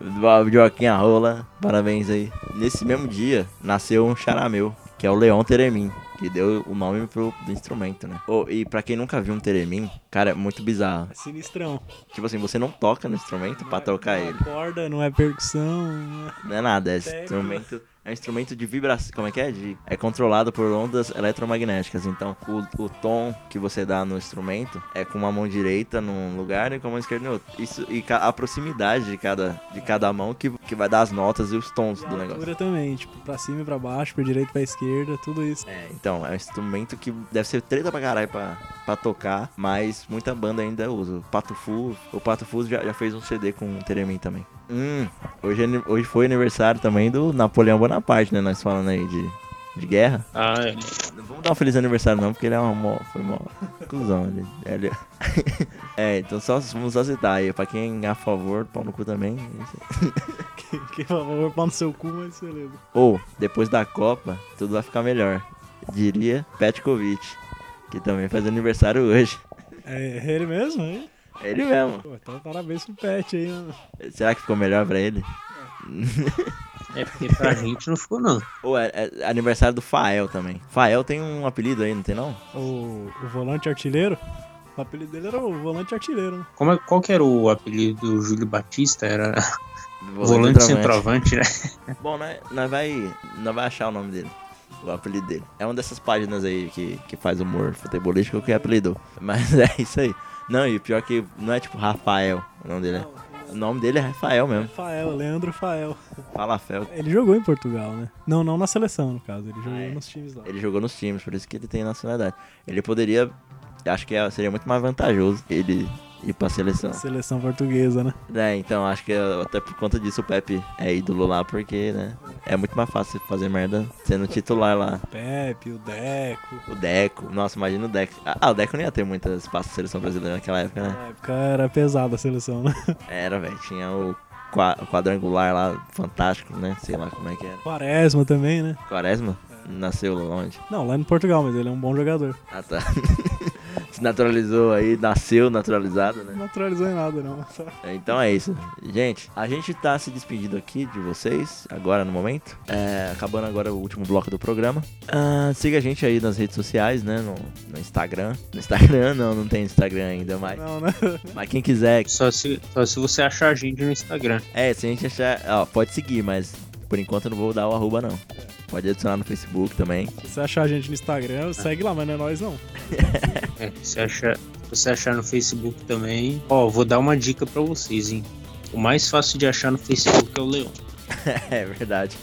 A: Bo- Joaquim Arrola, parabéns aí. Nesse mesmo dia, nasceu um xará meu, que é o Leão Teremim, que deu o nome pro do instrumento, né? Oh, e pra quem nunca viu um Teremim, cara, é muito bizarro.
B: Sinistrão.
A: Tipo assim, você não toca no instrumento pra tocar
B: não
A: ele.
B: É corda, não é percussão. não é-
A: Não é nada, é
B: Tecla.
A: instrumento. É um instrumento de vibração. Como é que é? De, é controlado por ondas eletromagnéticas. Então, o, o tom que você dá no instrumento é com uma mão direita num lugar e com a mão esquerda no outro. Isso, e ca- a proximidade de cada, de cada mão que, que vai dar as notas e os tons
B: E a
A: do negócio.
B: altura também, tipo, pra cima e pra baixo, pra direita e pra esquerda, tudo isso.
A: É, então, é um instrumento que deve ser treta pra caralho pra, pra tocar, mas muita banda ainda usa. O Pato Fu, o Pato Fu já, já fez um CD com o Teremin também. Hum, hoje, é ani- hoje foi aniversário também do Napoleão Bonaparte, né? Nós falando aí de, de guerra.
C: Ah, ele-
A: Não vamos dar um feliz aniversário não, porque ele é uma mó, foi mó cuzão. Ele, ele- é, então só, vamos só citar aí. Pra quem é a favor, pau no cu também. é isso aí.
B: Que, que por favor, pau no seu cu, mas beleza.
A: Ou, depois da Copa, tudo vai ficar melhor. Diria Petkovic, que também faz aniversário hoje.
B: É é ele mesmo, hein?
A: É ele mesmo.
B: Pô, então parabéns pro Pet aí, mano.
A: Será que ficou melhor pra ele?
C: é porque pra gente não ficou, não.
A: Ou é, é aniversário do Fael também. Fael tem um apelido aí, não tem não?
B: O, o volante artilheiro? O apelido dele era o volante artilheiro, né?
C: Como é- qual que era o apelido do Júlio Batista? Era
A: Volante
C: volante centroavante, né?
A: Bom, nós, nós, vai, nós vai achar o nome dele. O apelido dele. É uma dessas páginas aí que, que faz humor futebolístico que apelidou. Mas é isso aí. Não, e pior que não é tipo Rafael o nome dele. é- O nome dele é Rafael mesmo.
B: Fael, Leandro Fael.
A: Fala Fel.
B: Ele jogou em Portugal, né? Não, não na seleção, no caso. Ele jogou
A: é.
B: nos times lá.
A: Ele jogou nos times, por isso que ele tem nacionalidade. Ele poderia. Acho que é- seria muito mais vantajoso ele e pra seleção.
B: Seleção portuguesa, né?
A: É, então acho que eu- até por conta disso o Pepe é ídolo lá, porque, né? É muito mais fácil fazer merda sendo titular lá.
B: Pepe, o Deco.
A: O Deco, nossa, imagina o Deco. Ah, o Deco não ia ter muito espaço na seleção brasileira naquela época, né?
B: Na época era pesada a seleção, né?
A: Era, velho, tinha o qua- o quadrangular lá, fantástico, né? Sei lá como é que era.
B: Quaresma também, né?
A: Quaresma? Nasceu lá onde?
B: Não, lá no Portugal, mas ele é um bom jogador.
A: Ah, tá. Se naturalizou aí, nasceu naturalizado, né?
B: Não naturalizou em nada, não.
A: Então é isso. Gente, a gente tá se despedindo aqui de vocês, agora no momento. É, acabando agora o último bloco do programa. Ah, siga a gente aí nas redes sociais, né? No, no Instagram. No Instagram, não, não tem Instagram ainda, mas.
B: Não, né?
A: Mas quem quiser,
C: Só se, só se você achar a gente no Instagram.
A: é, se a gente achar. Ó, pode seguir, mas por enquanto eu não vou dar o arroba, não. Pode adicionar no Facebook também.
B: Se você achar a gente no Instagram, segue lá, mas não é nós, não.
C: É, se achar, se você achar no Facebook também. Ó, vou dar uma dica pra vocês, hein? O mais fácil de achar no Facebook é o Leão.
A: é verdade.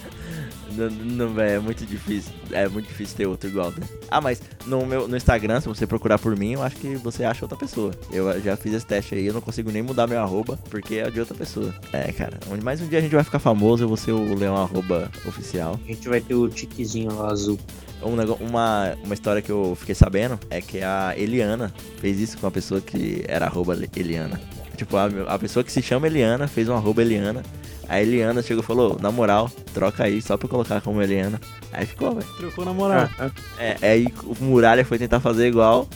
A: Não, não, véi, é muito difícil. É muito difícil ter outro igual. né? Ah, mas no meu no Instagram, se você procurar por mim, eu acho que você acha outra pessoa. Eu já fiz esse teste aí, eu não consigo nem mudar meu arroba, porque é de outra pessoa. É, cara. Mas um dia a gente vai ficar famoso, eu vou ser o leão arroba oficial.
C: A gente vai ter o tiquezinho lá azul.
A: Um nego- uma, uma história que eu fiquei sabendo é que a Eliana fez isso com uma pessoa que era arroba Eliana. Tipo, a, a pessoa que se chama Eliana fez um arroba Eliana. A Eliana chegou e falou, na moral, troca aí só pra eu colocar como Eliana. Aí ficou, velho.
B: Trocou na moral.
C: Ah,
A: É, aí o Muralha foi tentar fazer igual,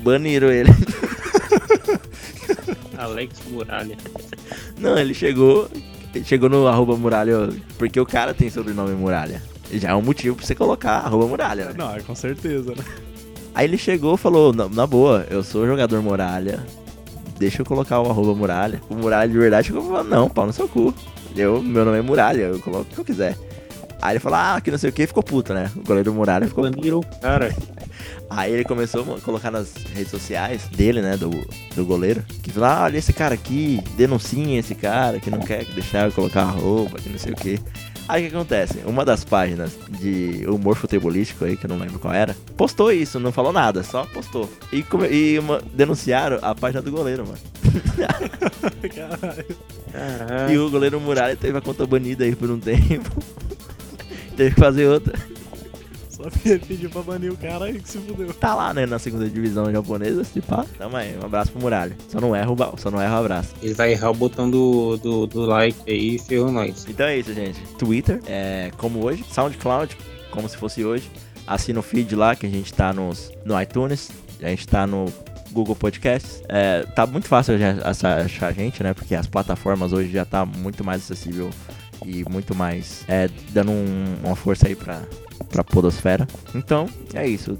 A: baniram ele.
C: ah, Alex Muralha.
A: Não, ele chegou. ele Chegou no arroba muralha, porque o cara tem sobrenome muralha. Já é um motivo pra você colocar arroba muralha, né?
B: Não, é com certeza, né?
A: Aí ele chegou e falou, na, na boa, eu sou jogador muralha, deixa eu colocar o arroba muralha. O muralha de verdade chegou e falou, não, pau no seu cu. Eu, meu nome é muralha, eu coloco o que eu quiser. Aí ele falou, ah, que não sei o que, ficou puto, né? O goleiro muralha ficou puto.
C: Baniram o cara.
A: Aí ele começou a colocar nas redes sociais dele, né, do, do goleiro, que falou, ah, olha esse cara aqui, denuncia esse cara que não quer deixar eu colocar a roupa, que não sei o que. Aí o que acontece? Uma das páginas de humor futebolístico aí, que eu não lembro qual era, postou isso, não falou nada, só postou. E, come- e uma- denunciaram a página do goleiro, mano.
B: Caralho.
A: E
C: Caralho.
A: o goleiro Muralha teve a conta banida aí por um tempo. teve que fazer outra.
B: Só pe- pediu pra banir o cara e que se fudeu.
A: tá lá, né, na segunda divisão japonesa, se pá. Tamo aí, um abraço pro Muralha. Só não erra o, ba- só não erra o abraço.
C: Ele vai errar o botão do, do, do like aí e ferrou nós.
A: Então é isso, gente. Twitter, é como hoje. SoundCloud, como se fosse hoje. Assina o feed lá, que a gente tá nos, no iTunes. A gente tá no Google Podcasts. É, tá muito fácil já achar achar a gente, né, porque as plataformas hoje já tá muito mais acessível e muito mais é, dando um- uma força aí pra, pra podosfera. Então, é isso.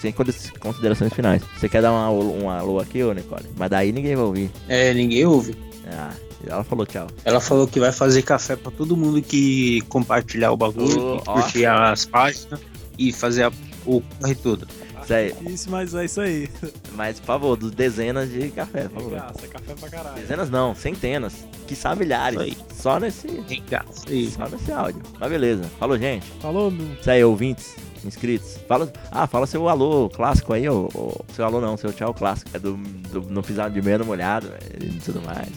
A: Sem conde- considerações finais. Você quer dar uma, um alô aqui, ô Nicole? Mas daí ninguém vai ouvir.
C: É, ninguém ouve.
A: Ah, ela falou tchau.
C: Ela falou que vai fazer café pra todo mundo que compartilhar o bagulho,
A: Oh,
C: que curtir as páginas e fazer a- o corre todo.
A: Isso aí.
B: Isso, mas é isso aí.
A: Mas, por favor, dos dezenas de café, por favor.
B: Graça, café pra caralho.
A: Dezenas não, centenas. Que são milhares.
C: Isso
A: Só nesse.
C: Vem cá, isso aí.
A: Só nesse áudio. Mas beleza. Falou, gente.
B: Falou, meu.
A: Isso aí, ouvintes, inscritos. Fala, ah, fala seu alô clássico aí, ô, ô, seu alô não, seu tchau clássico. É do, do não pisar de meia molhado e tudo mais.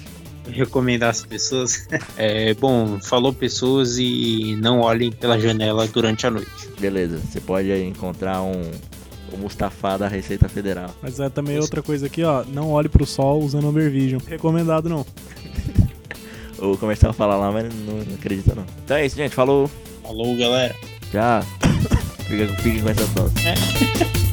C: Recomendar as pessoas. É, bom, falou pessoas e não olhem pela janela durante a noite.
A: Beleza, você pode aí encontrar um, um Mustafa da Receita Federal.
B: Mas é também outra coisa aqui, ó. Não olhe pro sol usando overvision. Recomendado, não.
A: O comercial fala lá, mas não, não acredita não. Então é isso, gente. Falou.
C: Falou, galera.
A: Tchau. Fica, fiquem com essa dança.